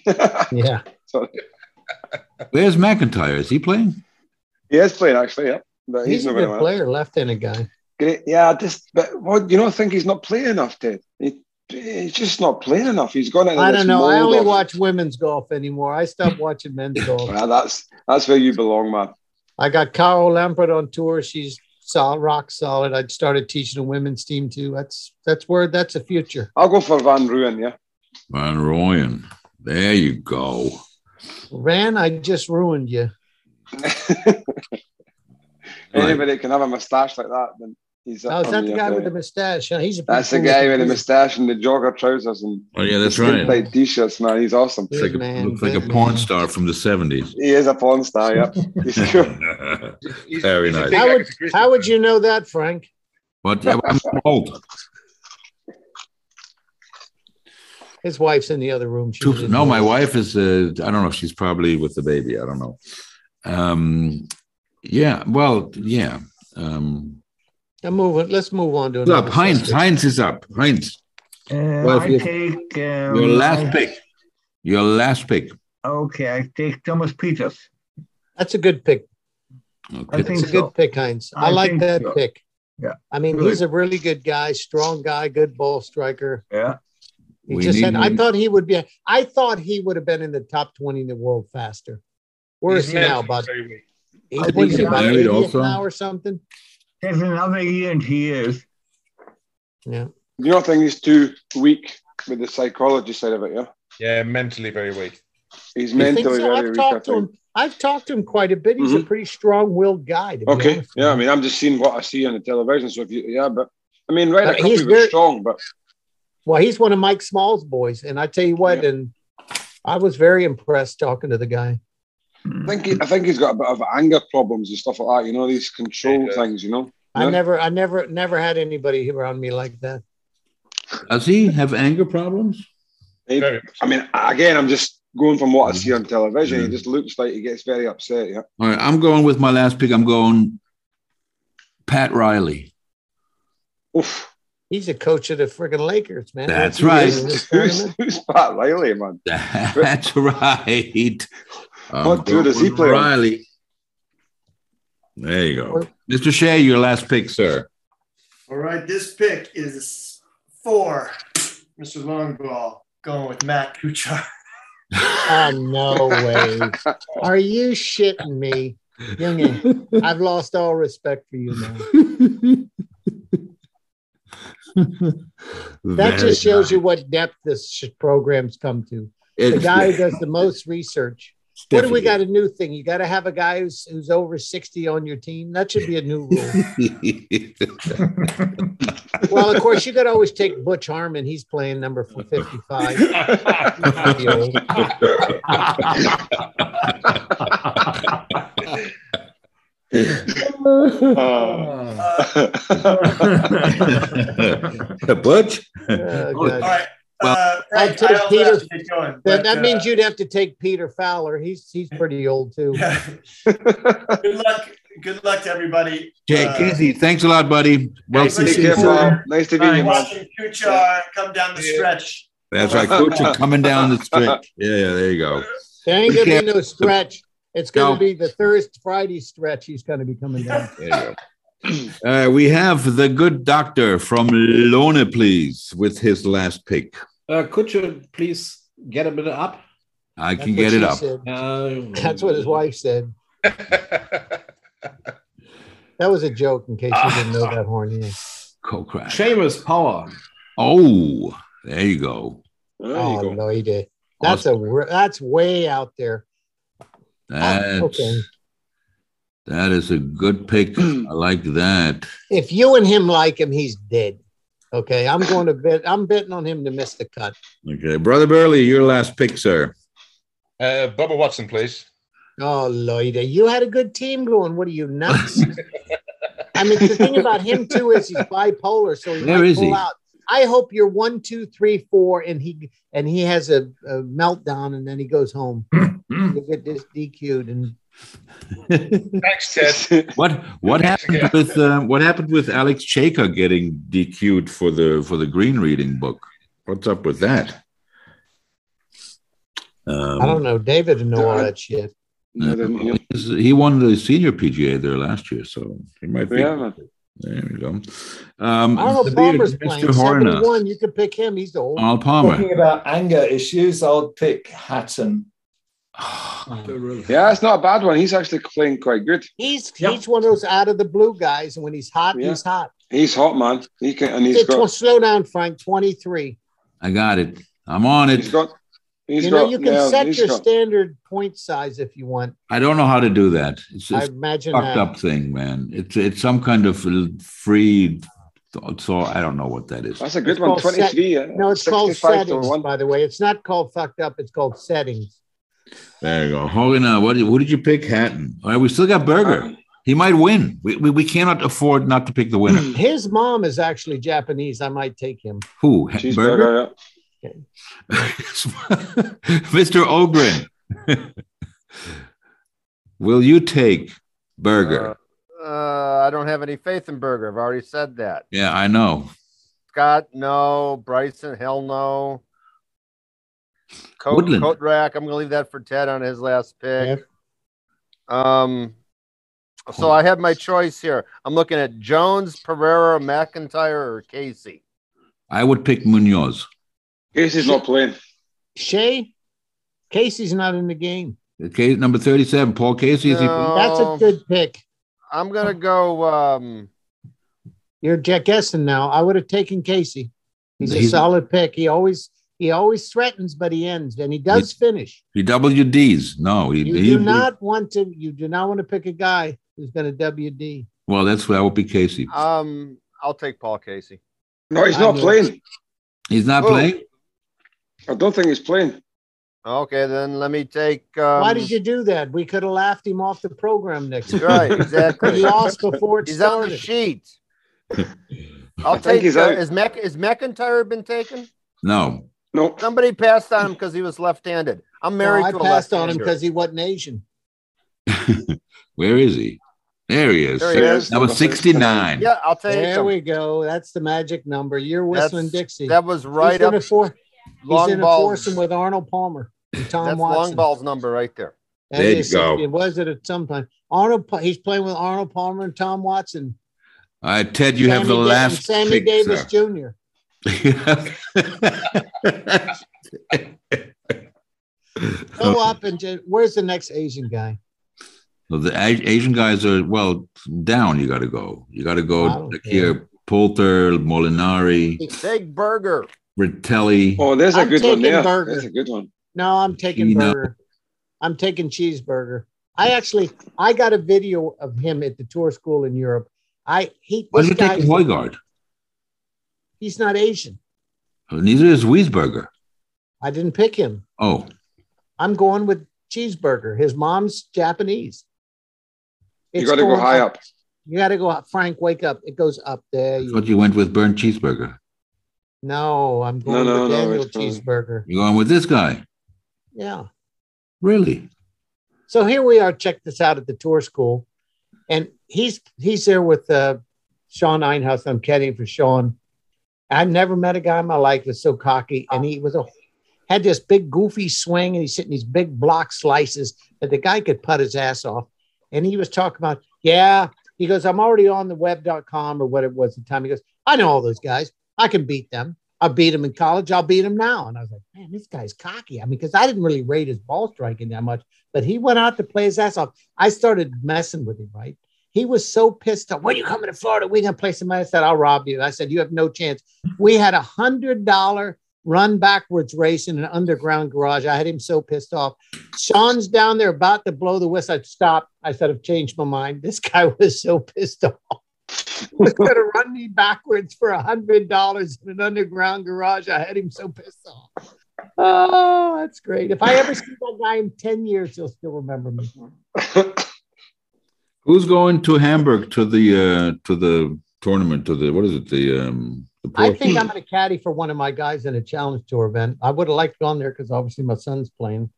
S7: [laughs]
S4: yeah.
S7: Sorry.
S3: Where's McIntyre? Is he playing?
S7: He is playing actually. Yeah, but he's,
S4: He's a
S7: not going
S4: good
S7: to win. it.
S4: player, left-handed guy.
S7: Great. Yeah, I just but what you know, I think he's not playing enough, Ted. He, he's just not playing enough. He's gone into
S4: I
S7: this
S4: don't know. I
S7: mold
S4: only
S7: of-
S4: watch women's golf anymore. I stopped watching
S7: [laughs]
S4: men's golf.
S7: Ah, that's that's where you belong, man.
S4: I got Carol Lampert on tour. She's solid, rock solid. I started teaching a women's team too. That's that's where that's the future.
S7: I'll go for Van Ruin. Yeah,
S3: Van Royen. There you go.
S4: Ran, I just ruined you.
S7: [laughs]
S3: Right.
S7: anybody that can have a moustache like that, then he's.
S4: Oh, is
S7: on
S4: that the
S7: your
S4: guy with the
S7: brain.
S4: mustache? Huh, He's a
S7: That's the
S4: pretty
S7: guy with the
S4: cool-looking
S7: moustache and the jogger trousers and
S3: Oh yeah, that's
S7: skin
S3: right.
S7: tight t-shirts, man. He's awesome.
S3: It's like a,
S4: man,
S3: looks like a
S4: good
S3: porn
S4: man.
S3: star from the seventies.
S7: He is a porn star.
S4: [laughs]
S7: Yeah, he's cool.
S3: [laughs] Very nice.
S4: dude. How would, how would you know that, Frank?
S3: But yeah, I'm old.
S4: His wife's in the other room. She
S3: Two,
S4: was-
S3: no, my wife is. Uh, I don't know. She's probably with the baby. I don't know. Um, yeah. Well, yeah. Um,
S4: I'm moving. Let's move on to
S3: who's up.
S4: another.
S3: Heinz.
S4: subject.
S3: Heinz is up. Heinz.
S11: Uh,
S3: Well, if
S11: I
S3: you-
S11: take. Um,
S3: Your
S11: I-
S3: last pick. Your last pick.
S11: Okay, I take Thomas Peters.
S4: That's a good pick.
S11: I
S3: Okay.
S11: think
S4: That's a good
S11: so.
S4: pick, Heinz. I,
S11: I
S4: like
S11: think
S4: that
S11: so.
S4: pick.
S11: Yeah.
S4: I mean,
S11: Good.
S4: he's a really good guy, strong guy, good ball striker.
S11: Yeah.
S4: He
S3: We
S4: just
S3: need
S4: had. I
S3: him.
S4: thought he would be. I thought he would have been in the top twenty in the world faster. Where is
S11: He's
S4: he now?
S11: meant
S4: About
S11: Very
S4: he-
S11: I
S4: what
S11: think
S4: is he,
S11: he's
S4: about
S3: married
S4: eightieth
S3: also.
S4: now or something?
S11: There's another year and he is.
S4: Yeah.
S7: You don't think he's too weak with the psychology side of it? Yeah,
S10: Yeah, mentally very weak.
S7: he's
S4: You think
S7: mentally
S4: so?
S7: very
S4: I've
S7: weak. I
S4: talked to
S7: think.
S4: him. I've talked to him quite a bit. He's a pretty strong-willed guy. To be
S7: Okay.
S4: honest.
S7: Yeah, I mean, I'm just seeing what I see on the television. So if you, yeah, but I mean, right,
S4: But
S7: a couple
S4: he's
S7: of were
S4: very-
S7: strong, but
S4: Well, he's one of Mike Small's boys, and I tell you what, and I was very impressed talking to the guy.
S7: I
S3: Mm.
S7: think he, I think he's got a bit of anger problems and stuff like that. You know, these control things. You know,
S4: I
S7: Yeah.
S4: never, I never, never had anybody around me like that.
S3: Does he have anger problems?
S7: He-
S10: Very
S7: I mean, again, I'm just going from what I
S3: Mm-hmm.
S7: see on television. He just looks like he gets very upset. Yeah,
S3: All right. I'm going with my last pick. I'm going Pat Riley. [laughs]
S7: Oof.
S4: He's a coach of the friggin' Lakers, man.
S3: That's
S4: He
S3: right.
S4: is in [laughs] this
S7: [laughs] Who's,
S4: tournament.
S7: who's Pat Riley,
S4: [laughs]
S7: man?
S3: That's right. I'm
S6: Oh,
S7: What tour does he
S3: going
S7: play on?
S3: Riley. There you go. Mr. Shea, your last pick, sir.
S6: All right, this pick is for Mr. Longball going with Matt Kuchar.
S4: Oh no way! Are you shitting me, Youngin? I've lost all respect for you, man. That just shows you what depth this sh- program's come to. The guy who does the most research. What do we got? A new thing? You got to have a guy who's who's over sixty on your team. That should be a
S3: [laughs]
S4: new rule. [laughs] well, of course, you could always take Butch Harmon. He's playing number
S3: [laughs]
S4: 55. He's pretty old. Oh,
S2: Ah.
S3: Butch?
S4: Oh,
S6: All
S4: God.
S6: right.
S3: Well-
S6: uh, Frank,
S4: I'll take
S6: I also have
S4: Peter-
S6: to get going.
S4: That,
S6: but,
S4: that
S6: uh,
S4: means you'd have to take Peter Fowler. He's he's pretty old too. [laughs]
S6: good luck. Good luck to everybody.
S3: Jay
S6: Uh,
S3: Casey, thanks a lot, buddy. Well,
S6: Thanks,
S3: see
S7: Take
S3: you
S7: care,
S3: soon.
S7: pal. Nice to meet you, man.
S6: Watching Kuchar come down the stretch. [laughs]
S3: That's right. Coach, you're coming down the stretch. Yeah, yeah, there you go.
S4: There ain't gonna be no stretch. It's going
S3: No.
S4: to be the Thursday, Friday stretch. He's going to be coming down.
S3: [clears throat] Uh, we have the good doctor from Lona, please, with his last pick.
S5: Uh, could you please get a bit up? Uh,
S3: I can get it up.
S4: That's what his wife said.
S3: [laughs]
S4: that was a joke in case you didn't know that
S3: [laughs]
S4: horn. Yeah.
S3: Co-crack.
S5: Seamus Power.
S3: Oh, there you go.
S4: Oh, no, he did. That's a a that's way out there.
S3: That's,
S4: Ah, Okay.
S3: That is a good
S4: [clears throat]
S3: pick. I like that.
S4: If you and him like him, he's dead. Okay, I'm going to bet. I'm betting on him to miss the cut.
S3: Okay, brother Burley, your last pick, sir.
S10: Uh, Bubba Watson, please.
S4: Oh, Lloyd, you had a good team going. What are you
S7: [laughs]
S4: nuts? I mean, the thing about him too is he's bipolar, so he
S3: Where
S4: might
S3: is
S4: pull
S3: he?
S4: out. I hope you're one, two, three, four, and he and he has a, a meltdown, and then he goes home. you get this DQ'd, and
S10: Thanks,
S7: [laughs]
S10: Ted.
S3: What what
S4: [laughs]
S3: happened with uh, what happened with Alex Chaker getting DQ'd for the for the green reading book? What's up with that? Um,
S4: I don't know. David would know all that shit.
S3: [laughs] He won the senior PGA there last year, so he might be.
S4: Yeah,
S3: There we go. Um,
S4: I don't know. Palmer's playing.
S3: Mr. Horner.
S4: Seventy-one. You could pick him. He's old.
S3: Al Palmer.
S12: Talking about anger issues, I'll pick Hatton. Oh,
S7: Yeah, it's not a bad one. He's actually playing quite good.
S4: He's he's one of those out of the blue guys, and when he's hot,
S7: Yeah.
S4: he's hot.
S7: He's hot, man. He can, and he's
S4: It's- well,
S7: got.
S4: slow down, Frank. Twenty-three.
S3: I got it. I'm on it.
S7: He's
S4: you know,
S7: got-
S4: you can
S7: yeah,
S4: set
S7: he's
S4: your
S7: got-
S4: standard point size if you want.
S3: I don't know how to do that. It's
S4: I
S3: just
S4: imagine
S3: fucked
S4: that.
S3: up thing, man. It's it's some kind of l- free. th- So I don't know what that is.
S7: That's a good
S4: It's
S7: one.
S4: called set-
S7: 23. yeah.
S4: No, it's called
S7: 65 to
S4: settings.
S7: one.
S4: By the way, it's not called fucked up. It's called settings.
S3: There you go. Hogana, what who did you pick? Hatton. All right, we still got
S7: Um,
S3: Berger.
S7: [laughs]
S3: He might win. We, we, we cannot afford not to pick the winner.
S4: His mom is actually Japanese. I might take him.
S3: Who? Ha- Berger? [laughs] Mr. Ogren. Will you take Berger?
S9: Uh, I don't have any faith in Berger. I've already said that.
S3: yeah, I know.
S9: Scott, no. Bryson, hell no. Coat,
S3: Woodland.
S9: coat rack. I'm gonna leave that for Ted on his last pick. Um, so I have my choice here. I'm looking at Jones, Pereira, McIntyre, or Casey.
S3: I would pick Munoz.
S7: Casey's not playing.
S4: Shay, Casey's not in the game.
S3: Okay, number 37, Paul Casey. Is he
S4: That's
S9: Um,
S4: a good pick.
S9: I'm gonna go. Um,
S4: You're j- guessing now. I would have taken Casey. He's a
S3: He's-
S4: solid pick. He always he always threatens, but he ends, and he does finish.
S3: he WDs. No, he,
S4: You
S3: he-
S4: do not want to. You do not want to pick a guy who's going to WD.
S3: Well, that's where I would be Casey.
S4: Uh,
S9: um, I'll take Paul Casey.
S7: No, he's not playing.
S3: He's not
S9: Oh.
S3: playing.
S7: I don't think he's playing.
S9: Okay, then let me take. Um,
S4: Why did you do that? We could have laughed him off the program next week. [laughs]
S9: Right, exactly.
S4: He lost before it
S9: He's on
S4: started.
S9: the sheet.
S10: [laughs]
S4: I
S9: I'll take.
S4: think he's
S9: uh,
S4: out.
S9: is Mac is McIntyre been taken?
S3: No.
S7: Nope.
S9: Somebody passed on him because he was left-handed. I'm married
S4: I
S9: to a
S4: passed on him
S9: left-hander.
S4: because he wasn't Asian.
S3: Where is he? There he is.
S9: There he is.
S3: Number 69.
S9: Yeah, I'll tell you.
S4: There we go. That's the magic number. You're whistling Dixie.
S9: that was right
S4: he's in
S9: up
S4: a four,
S9: long
S4: he's in
S9: balls.
S4: a foursome with Arnold Palmer and Tom
S9: That's
S4: Watson.
S9: long ball's number right there.
S4: That
S3: There you
S4: is-
S3: go.
S4: It was at some time. Arnold. Pa- He's playing with Arnold Palmer and Tom Watson.
S3: All right, Ted, you
S4: Sammy
S3: have the
S4: Da- and
S3: last
S4: Sammy
S3: pick,
S4: Davis
S3: sir.
S4: Jr.
S3: [laughs]
S4: Go up and just, where's the next Asian guy?
S3: Well, the A- Asian guys are well down. You got to go. You got to go
S9: Wow.
S3: like here. Poulter, Molinari,
S9: Big burger.
S3: Ritelli.
S7: Oh, there's a
S4: I'm
S7: good one
S4: taking
S7: there.
S4: Berger.
S7: There's a good one.
S4: No, I'm taking
S3: Gino.
S4: burger. I'm taking cheeseburger. I actually I got a video of him at the tour school in Europe. I he
S3: Why
S4: this
S3: did you
S4: guy,
S3: take Hoygaard?
S4: he's not Asian.
S3: Uh, Neither is Wiesberger.
S4: I didn't pick him.
S3: Oh,
S4: I'm going with cheeseburger. His mom's Japanese.
S7: You
S4: It's
S7: got to go
S4: going
S7: high up.
S4: You got to go up. Frank, wake up. It goes up there.
S3: I
S4: You,
S3: thought you went with Burnt Cheeseburger.
S4: no, I'm
S7: No,
S4: going
S7: no,
S4: with
S7: no.
S4: Daniel
S7: it's fine.
S4: cheeseburger.
S3: You're going with this guy.
S4: Yeah.
S3: Really?
S4: So here we are. Check this out at the tour school, and he's he's there with uh, Sean Einhaus. I'm caddying for Sean. I've never met a guy in my life that's so cocky, and he was a had this big goofy swing and he's hitting these big block slices that the guy could putt his ass off. And he was talking about, yeah, he goes, I'm already on the web.com or what it was at the time. He goes, I know all those guys. I can beat them. I beat them in college. I'll beat them now. And I was like, man, this guy's cocky. I mean, because I didn't really rate his ball striking that much, but he went out to play his ass off. I started messing with him, right? He was so pissed off. When you coming to Florida, we're gonna play somebody. I said, I'll rob you. I said, You have no chance. We had a hundred dollar run backwards race in an underground garage. I had him so pissed off. Sean's down there about to blow the whistle. I stopped. I said, I've changed my mind. [laughs] This guy was so pissed off. He was gonna run me backwards for a hundred dollars in an underground garage. I had him so pissed off. Oh, that's great. If I ever see that guy in 10 years, he'll still remember me.
S3: Who's going to Hamburg to the uh, to the tournament to the what is it the um the
S4: I
S3: pro-
S4: think I'm going to caddy for one of my guys in a challenge tour event. I would have liked gone there because obviously my son's playing.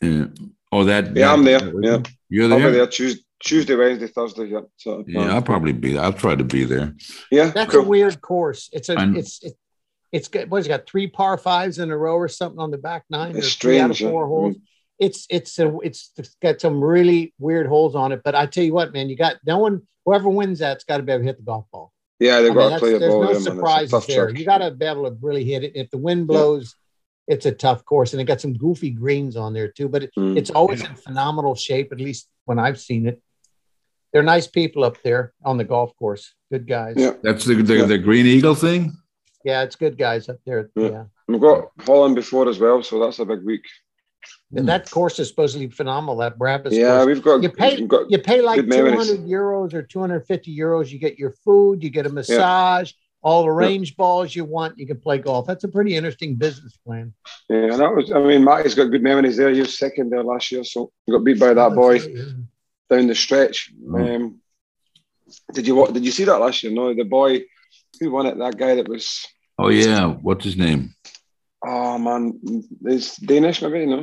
S3: Yeah. oh that
S7: Yeah, I'm there.
S3: that-
S7: Yeah.
S3: you're
S7: I'll
S3: there
S7: be there Tuesday, Tuesday, Wednesday, Thursday. Yeah. So, um,
S3: yeah I'll probably be I'll try to be there
S7: yeah.
S4: That's a weird course. It's a
S3: I'm-
S4: it's it, it's good. What's it got three par fives in a row or something on the back nine?
S7: It's
S4: or three out of
S7: strange, huh? Mm.
S4: Four holes. It's it's a, it's it's got some really weird holes on it. But I tell you what, man, you got no one. Whoever wins that's got to be able to hit the golf ball.
S7: Yeah, they've
S4: I mean,
S7: got to
S4: that's-
S7: play a
S4: there's
S7: ball
S4: no
S7: there, man. It's a
S4: surprises
S7: tough
S4: there.
S7: track.
S4: You got to be able to really hit it. If the wind blows, it's a tough course, and it got some goofy greens on there too. But it,
S7: Mm.
S4: it's always in phenomenal shape, at least when I've seen it. They're nice people up there on the golf course. Good guys. Yeah,
S3: that's the the, the Green Eagle thing
S4: it's good guys up there. Yeah.
S7: Yeah. We've got Holland before as well, so that's a big week.
S4: And that course is supposedly phenomenal. That Brabus.
S7: Yeah,
S4: course.
S7: we've got-
S4: you pay
S7: we've got
S4: you pay like
S7: good memories.
S4: 200 euros or 250 euros. You get your food, you get a massage, all the range balls you want. You can play golf. That's a pretty interesting business plan.
S7: Yeah, and that was, I mean, Matty's got good memories there. He was second there last year, so he got beat by that boy down the stretch. Um, did you wa- Did you see that last year? No, the boy who won it, that guy that was,
S3: oh yeah what's his name
S7: oh man, is Danish maybe, no?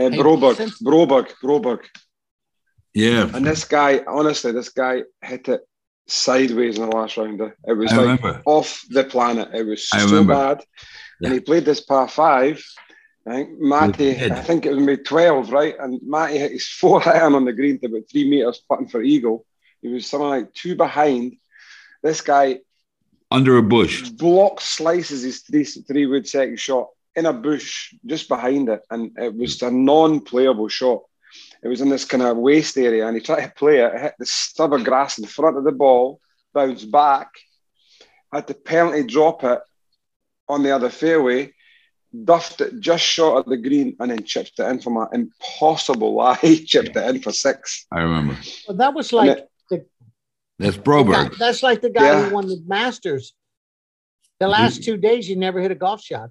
S7: Uh,
S3: Hey,
S7: Broberg,
S3: since-
S7: Broberg, Broberg.
S3: yeah
S7: And this guy, honestly, this guy hit it sideways in the last rounder. It was
S3: I
S7: like
S3: remember.
S7: off the planet. It was
S3: I
S7: so
S3: remember.
S7: bad. And he played this par five. I think Matty,
S3: With Ed.
S7: I think it was maybe 12, right? And Matty hit his [laughs] four iron on the green to about three meters putting for Eagle. He was something like two behind. This guy
S3: under a bush
S7: block slices his three three wood second shot in a bush just behind it, and it was a non-playable shot. It was in this kind of waste area, and he tried to play it. It hit the stub of grass in front of the ball, bounced back, had to penalty drop it on the other fairway, duffed it just short of the green, and then chipped it in from an impossible [laughs] lie. chipped it in for six.
S3: I remember
S4: Well, that was like
S3: that's Broberg
S4: that's like the guy
S7: Yeah.
S4: who won the Masters. The last two days, he never hit a golf shot.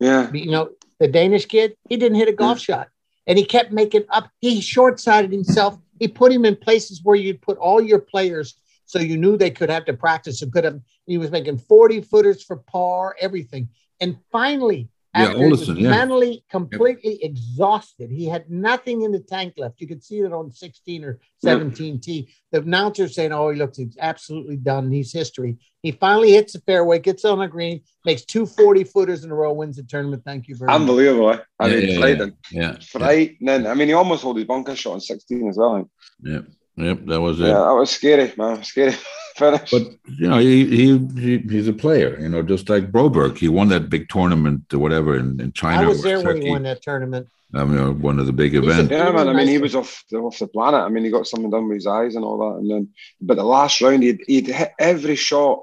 S7: Yeah.
S4: You know, the Danish kid, he didn't hit a
S3: Mm.
S4: golf shot. And he kept making up. He short sighted himself. He put him in places where you'd put all your players so you knew they could have to practice and could have. He was making 40 footers for par, everything. And finally,
S3: Yeah,
S4: after he was
S3: Olesen, yeah.
S4: mentally completely exhausted, he had nothing in the tank left. You could see it on 16 or 17 T. The announcer saying, Oh, he looks he's absolutely done. He's history. He finally hits the fairway, gets on the green, makes two 40 footers in a row, wins the tournament. Thank you very much.
S7: Unbelievable. eh? I mean,
S3: yeah, yeah,
S7: frightening.
S3: yeah,
S7: Frightening. I mean, he almost held his bunker shot on 16 as well. I think.
S3: yeah yep that was
S7: Yeah,
S3: it
S7: that was scary, man. Scary. [laughs] Finish.
S3: But you know, he, he he he's a player. You know, just like Broberg, he won that big tournament or whatever in, in China.
S4: I was
S3: or
S4: there when he
S3: Turkey.
S4: won that tournament.
S3: I mean, one of the big events.
S7: Yeah, man. I mean, he was off the, off the planet. I mean, he got something done with his eyes and all that. And then, but the last round, he'd, he'd hit every shot.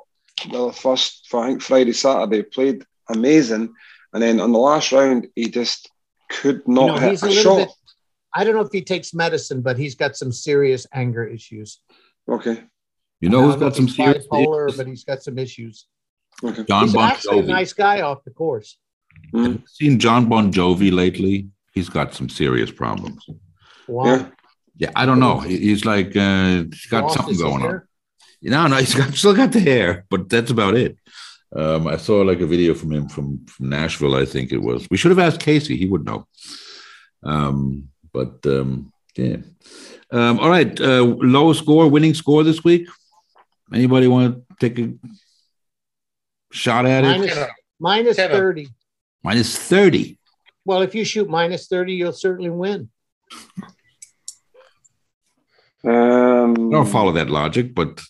S7: The first, I think, Friday, Saturday, played amazing. And then on the last round, he just could
S4: You
S7: not
S4: know,
S7: hit
S4: he's a
S7: a
S4: little
S7: shot.
S4: bit. I don't know if he takes medicine, but he's got some serious anger issues.
S7: Okay.
S3: You know
S4: I
S3: who's
S4: don't know
S3: got
S4: if
S3: some
S4: he's
S3: serious?
S4: bipolar, but he's got some issues.
S3: John
S4: he's
S3: Bon
S4: actually a
S3: Jovi.
S4: nice guy off the course.
S3: Have you seen John Bon Jovi lately? He's got some serious problems.
S4: Wow.
S3: Yeah, I don't know. He- He's like uh, he's got
S4: Lost
S3: something
S4: his
S3: going on.
S4: hair?
S3: No, no, he's got, [laughs] still got the hair, but that's about it. Um, I saw like a video from him from, from Nashville, I think it was. We should have asked Casey; he would know. Um, but um, yeah, um, all right. Uh, low score, winning score this week. Anybody want to take a shot at
S4: Minus,
S3: it?
S4: minus 30.
S3: Minus 30.
S4: Well, if you shoot minus 30, you'll certainly win.
S7: Um,
S3: I don't follow that logic, but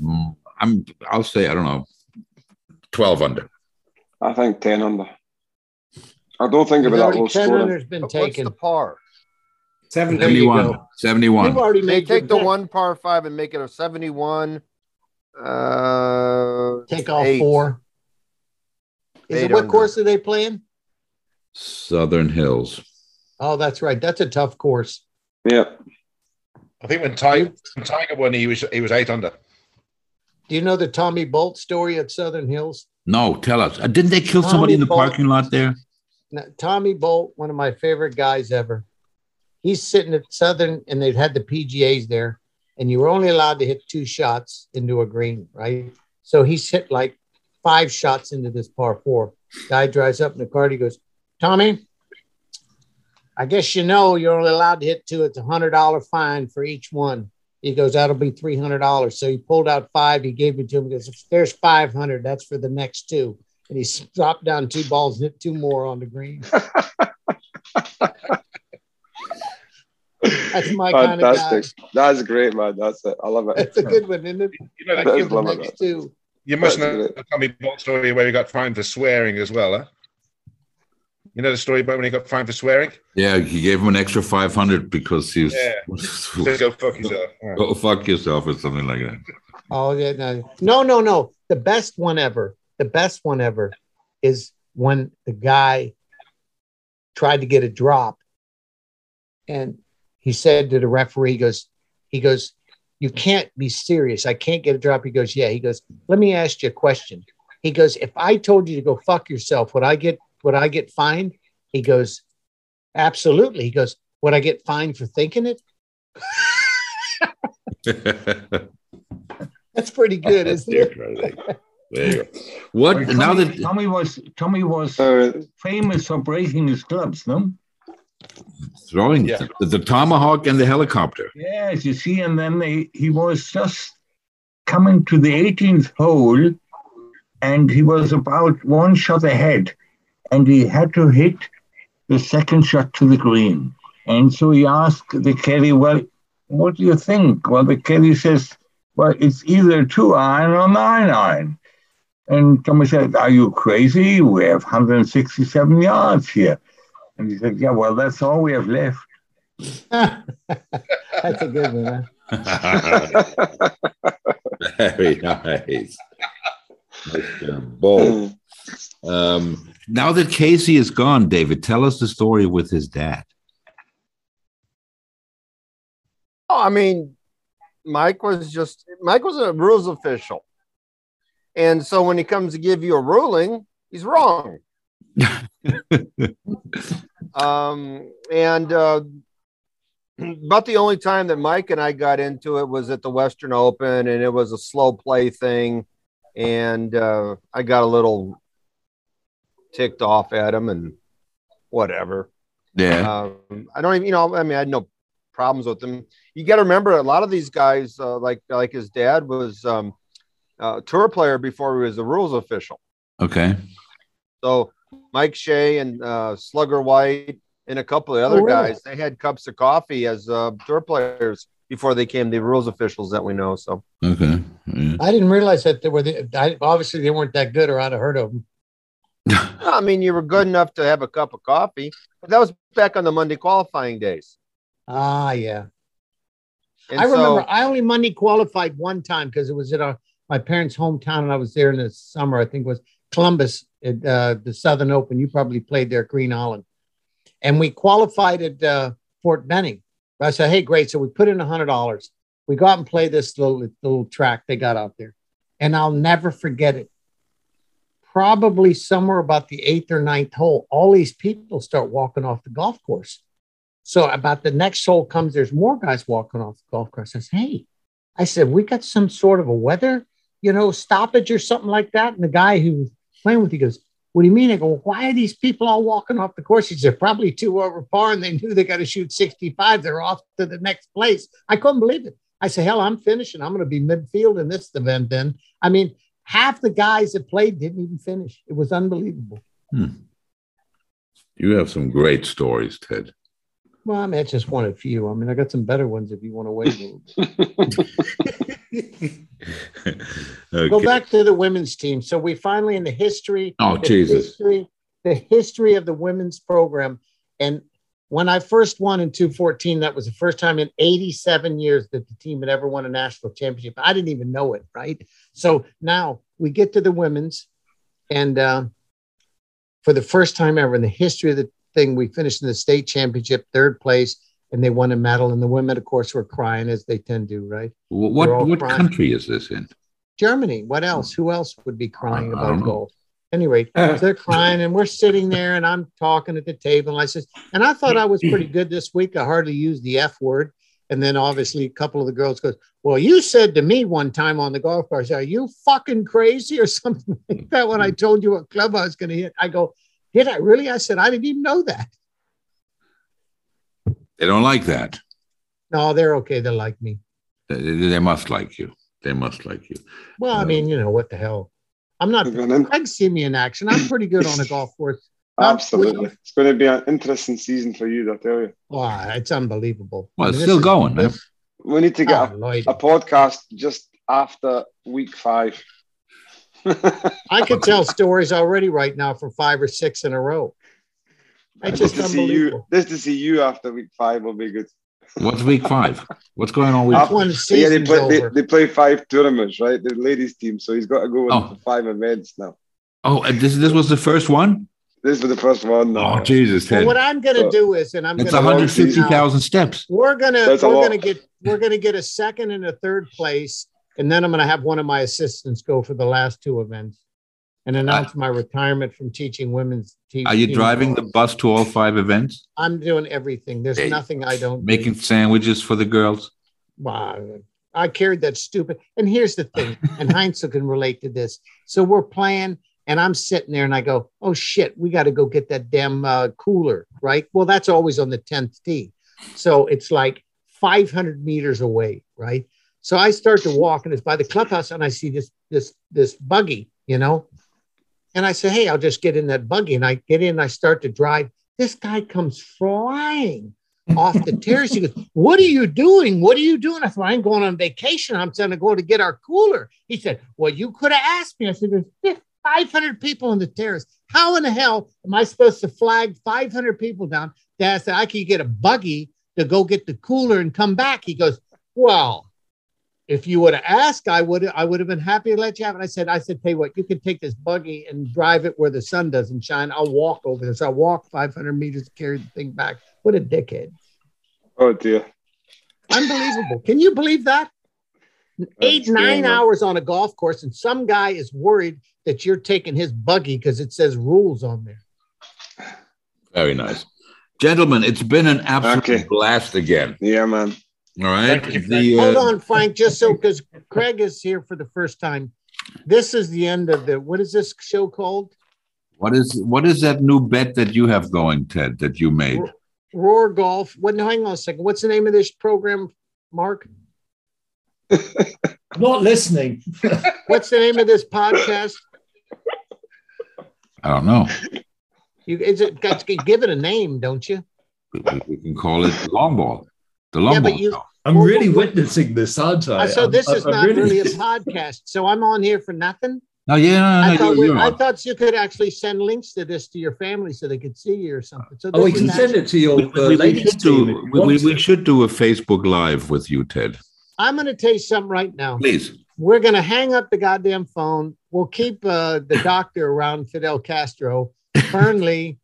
S3: Mm, I'm. I'll say I don't know. Twelve under.
S7: I think ten under. I don't think it'll be that low scoring.
S4: has been
S9: taken. What's the par?
S3: 71. 71.
S9: They take the one par five and make it a 71. Uh,
S4: take all
S9: eight.
S4: four. Is
S9: Eight
S4: it what
S9: under.
S4: course are they playing?
S3: Southern Hills.
S4: Oh, that's right. That's a tough course.
S7: Yeah.
S10: I think when Tiger, when Tiger won, he was he was eight under.
S4: Do you know the Tommy Bolt story at Southern Hills?
S3: No, tell us. Uh, Didn't they kill somebody in the parking lot there?
S4: Now, Tommy Bolt, one of my favorite guys ever. He's sitting at Southern, and they've had the PGAs there, and you were only allowed to hit two shots into a green, right? So he's hit like five shots into this par four. Guy drives up in the car. He goes, "Tommy, I guess you know you're only allowed to hit two. It's a hundred dollar fine for each one." He goes, "That'll be three hundred dollars." So he pulled out five. He gave it to him. He goes, "There's five hundred. That's for the next two. And he dropped down two balls and hit two more on the green. That's my
S7: [laughs]
S4: kind of guy.
S7: Fantastic. That's great, man. That's it. I love
S4: [laughs]
S7: it.
S4: That's a good one, isn't it? You
S7: know, that is lovely,
S4: next two.
S10: You must know the Tommy Bolt story where he got fined for swearing as well, huh? You know the story about when he got fined for swearing?
S3: Yeah, he gave him an extra 500 because he was. [laughs]
S10: Just go fuck yourself. Yeah.
S3: Go fuck yourself or something like that.
S4: Oh yeah, no, no, no, no. The best one ever. The best one ever is when the guy tried to get a drop, and he said to the referee, he goes, he goes, you can't be serious. I can't get a drop. He goes, yeah. He goes, let me ask you a question. He goes, if I told you to go fuck yourself, would I get would I get fined? He goes, absolutely. He goes, would I get fined for thinking it?
S3: [laughs]
S4: That's pretty good, isn't it? [laughs]
S3: There you go. [laughs] What
S11: Well,
S3: now
S11: Tommy,
S3: that
S11: Tommy was Tommy was famous for breaking his clubs, no?
S3: throwing the, the tomahawk and the helicopter?
S11: Yes, you see, and then they, he was just coming to the 18th hole, and he was about one shot ahead, and he had to hit the second shot to the green. And so he asked the caddy, "Well, what do you think?" Well, the caddy says, "Well, it's either two iron or nine iron." And Tommy said, "Are you crazy? We have 167 yards here." And he said, "Yeah, well, that's all we have left."
S4: That's a good one. Huh?
S3: [laughs] Very nice. Mr. Bull. Um, now that Casey is gone, David, tell us the story with his dad.
S9: Oh, I mean, Mike was just Mike was a rules official, and so when he comes to give you a ruling, he's wrong. um, and uh, about the only time that Mike and I got into it was at the Western Open, and it was a slow play thing, and uh, I got a little ticked off at him and whatever.
S3: Yeah.
S9: Um, I don't even, you know, I mean, I had no problems with them. You got to remember, a lot of these guys, uh, like like his dad, was um, a tour player before he was a rules official.
S3: Okay.
S9: So Mike Shea and uh, Slugger White and a couple of other
S3: Oh, really?
S9: guys, they had cups of coffee as uh, tour players before they came the rules officials that we know. So
S3: Okay.
S4: I didn't realize that they were. The, I, obviously, they weren't that good, or I'd have heard of them.
S9: I mean, you were good enough to have a cup of coffee, but that was back on the Monday qualifying days.
S4: Ah, yeah.
S9: And
S4: I
S9: so-
S4: remember. I only Monday qualified one time because it was at our, my parents' hometown, and I was there in the summer. I think it was Columbus at uh, the Southern Open. You probably played there, at Green Island, and we qualified at uh, Fort Benning. I said, "Hey, great!" So we put in a hundred dollars. We go out and play this little little track they got out there, and I'll never forget it. Probably somewhere about the eighth or ninth hole, all these people start walking off the golf course. So about the next hole comes, there's more guys walking off the golf course. I says, hey, I said, we got some sort of a weather, you know, stoppage or something like that. And the guy who was playing with you goes, what do you mean? I go, why are these people all walking off the course? He said, probably two over par and they knew they got to shoot 65. They're off to the next place. I couldn't believe it. I said, hell, I'm finishing. I'm going to be midfield in this event then. I mean, half the guys that played didn't even finish. It was unbelievable.
S3: Hmm. You have some great stories, [laughs] Ted.
S4: Well, I mean, that's just one of few. I mean, I got some better ones if you want to wait a little bit. Go
S3: Okay.
S4: back to the women's team. So we finally in the history.
S3: Oh,
S4: the
S3: Jesus.
S4: History, the history of the women's program, and when I first won in 2014, that was the first time in 87 years that the team had ever won a national championship. I didn't even know it, right? So now we get to the women's, and uh, for the first time ever in the history of the thing, we finished in the state championship, third place, and they won a medal. And the women, of course, were crying as they tend to, right?
S3: Wh- What
S4: They're all
S3: what,
S4: crying.
S3: country is this in?
S4: Germany. What else? Who else would be crying
S3: Hmm. I don't
S4: about
S3: know.
S4: gold? Anyway,
S5: Uh,
S4: so they're crying, and we're sitting there, and I'm talking at the table. And I says, and I thought I was pretty good this week. I hardly used the F word. And then obviously a couple of the girls goes, Well, you said to me one time on the golf course, are you fucking crazy or [laughs] something like that when I
S3: Hmm.
S4: told you what club I was gonna hit? I go, Did I really? I said, I didn't even know that.
S3: They don't like that.
S4: No, they're okay. They like me.
S3: They, they- they must like you. They must like you.
S4: Well, I mean, you know, what the hell? I'm not Craig see me in action. I'm pretty good on a golf
S3: [laughs]
S4: course.
S7: Absolutely. It's going to be an interesting season for you, I tell you.
S4: Wow, it's unbelievable.
S3: Well,
S7: I
S3: it's
S7: mean,
S3: still
S7: this is-
S3: going. man.
S7: We need to get
S4: Oh,
S7: a,
S4: Lloyd.
S7: a podcast just after
S4: [laughs]
S7: week five.
S4: I could
S7: [laughs]
S4: tell stories already right now for five or six in a row. It's just
S7: to see you.
S4: unbelievable.
S7: Just to see you after week five will be good.
S3: What's week five? What's going on week?
S7: After- yeah, they play, they, they play five tournaments, right? The ladies team, so he's got to go into five events now.
S3: Oh, and this this was the first one.
S7: This was the first one.
S3: Oh Jesus,
S4: Well,
S3: Ted!
S4: what I'm going to do is, and I'm
S3: That's
S4: gonna-
S3: 150,000 steps.
S4: We're gonna
S3: That's a
S4: we're
S3: lot.
S4: gonna get we're gonna get a second and a third place, and then I'm gonna have one of my assistants go for the last two events and announce my retirement from teaching women's team.
S3: Are you
S4: team
S3: driving the
S4: golf.
S3: bus to all five events,
S4: I'm doing everything. There's
S3: Hey,
S4: nothing I don't do.
S3: making sandwiches for the girls?
S4: Wow. I carried that stupid. And here's the thing, and Heinzel can relate to this. So we're playing, and I'm sitting there, and I go, "Oh shit, we got to go get that damn uh, cooler, right?" Well, that's always on the tenth tee, so it's like 500 meters away, right? So I start to walk, and it's by the clubhouse, and I see this this this buggy, you know, and I say, "Hey, I'll just get in that buggy," and I get in, and I start to drive. This guy comes flying off the terrace. He goes, What are you doing? What are you doing? I said, I'm going on vacation. I'm going to go to get our cooler. He said, Well, you could have asked me. I said, There's fif- 500 people on the terrace. How in the hell am I supposed to flag 500 people down? That I said, I could get a buggy to go get the cooler and come back. He goes, Well, if you would have asked, I would I would have been happy to let you have it. I said, I said, tell you what, you can take this buggy and drive it where the sun doesn't shine. I'll walk over this. I walk 500 meters, carry the thing back. What a dickhead!
S7: Oh dear.
S4: Unbelievable. Can you believe that? Eight, nine
S7: scary.
S4: hours on a golf course, and some guy is worried that you're taking his buggy because it says rules on there.
S3: Very nice, gentlemen. It's been an absolute blast again.
S7: Yeah,
S3: [laughs]
S7: man.
S3: All right. The,
S4: Hold
S3: uh,
S4: on, Frank, just so because Craig is here for the first time. This is the end of the what is this show called?
S3: What is what is that new bet that you have going, Ted? That you made?
S4: Roar Golf. What no, hang on a second. What's the name of this program, Mark?
S12: Not listening.
S4: What's the name of this podcast?
S3: I don't know.
S4: You is it got to give it a name, don't you?
S3: We, we can call it long ball. The long
S4: Yeah,
S3: ball.
S4: but you
S12: I'm really witnessing this, aren't I?
S4: Uh, so
S12: I'm-
S4: this is
S12: I'm
S4: not really [laughs] a podcast. So I'm on here for nothing.
S3: No, yeah, no, no,
S4: I, thought
S3: you-
S4: we,
S3: you're
S4: I
S3: on.
S4: thought you could actually send links to this to your family so they could see you or something. So
S12: Oh, we
S4: this
S12: can
S4: is
S12: send
S4: actually-
S12: it to your
S3: We-
S12: uh,
S3: we, we
S12: ladies team. if
S3: should do,
S12: you
S3: we,
S12: want
S3: we,
S12: to.
S3: we should do a Facebook Live with you, Ted.
S4: I'm going to tell you something right now.
S3: [laughs] Please.
S4: We're going to hang up the goddamn phone. We'll keep uh, the doctor around Fidel Castro,
S3: [laughs]
S4: Fernley.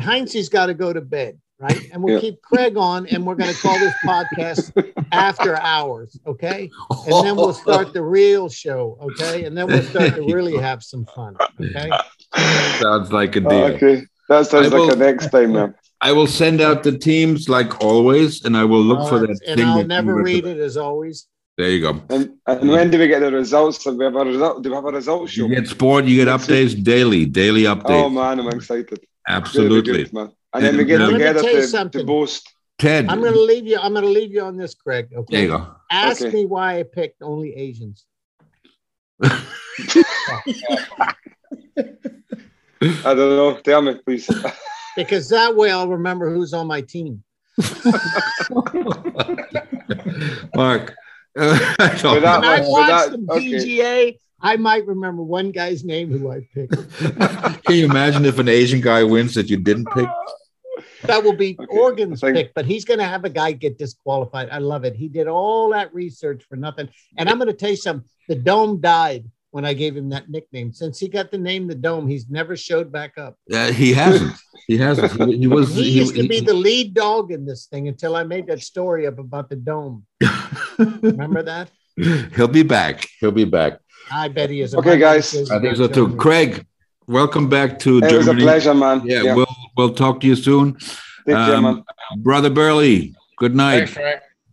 S4: Heinz's got to go to bed, right? And we'll
S3: Yeah.
S4: keep Craig on, and we're going to call this podcast After Hours, okay? And then we'll start the real show, okay? And then we'll start to really have some fun, okay?
S3: Sounds like a deal.
S7: Oh, okay, that sounds
S3: I
S7: like
S3: will-
S7: a next
S3: [laughs]
S7: time, man.
S3: I will send out the teams like always, and I will look for that
S4: Uh, and
S3: thing.
S4: I'll
S3: that you
S4: never
S3: were-
S4: read it as always.
S3: There you go.
S7: And, and when do we get the results? Do we have a result? Do we have a result show?
S3: You get sport. You get updates daily. Daily updates.
S7: Oh man, I'm excited.
S3: Absolutely.
S7: Good, man. And then we get
S3: Now, let me
S7: together
S4: tell you
S7: to,
S4: something.
S7: to boast.
S3: Ted.
S4: I'm going to leave you. I'm going to leave you on this, Craig. Okay.
S3: There you go.
S4: Ask
S7: Okay.
S4: me why I picked only Asians.
S7: I don't know. Tell me, please. [laughs]
S4: because that way I'll remember who's on my team.
S3: [laughs] Mark. uh, [laughs]
S4: when I watch the PGA, I might remember one guy's name who I picked.
S3: Can you imagine if an Asian guy wins that you didn't pick?
S4: That will be Organ's pick, but he's going to have a guy get disqualified. I love it. He did all that research for nothing. And I'm going to tell you something. The Dome died when I gave him that nickname. Since he got the name The Dome, he's never showed back up.
S3: Uh, he hasn't. He hasn't. He, he was.
S4: he,
S3: he-
S4: used to
S3: he-
S4: be the lead dog in this thing until I made that story up about the Dome. remember that?
S3: He'll be back. Uh, He'll be back.
S4: I bet he is.
S7: Okay, guys.
S3: I think so too. Craig, welcome back to
S7: It
S3: Germany.
S7: was a pleasure, man.
S3: Yeah,
S7: Yeah.
S3: we'll um, we'll talk to you soon.
S7: Take care, man.
S3: Brother Burley, good night.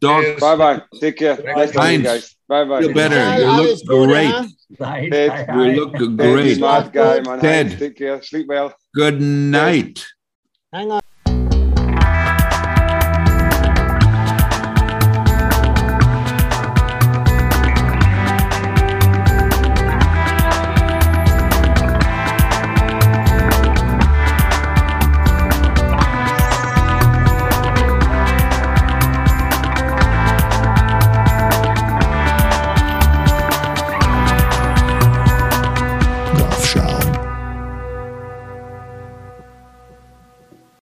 S3: Dog.
S7: Bye bye. Take care. Nice to meet you
S3: Heinz,
S7: guys. Bye bye.
S3: feel better. You Hi, look how is great. Buddha? You look great.
S7: Smart guy, man.
S3: Ted.
S7: Heinz, Take care. Sleep well.
S3: Good night.
S4: Hang on.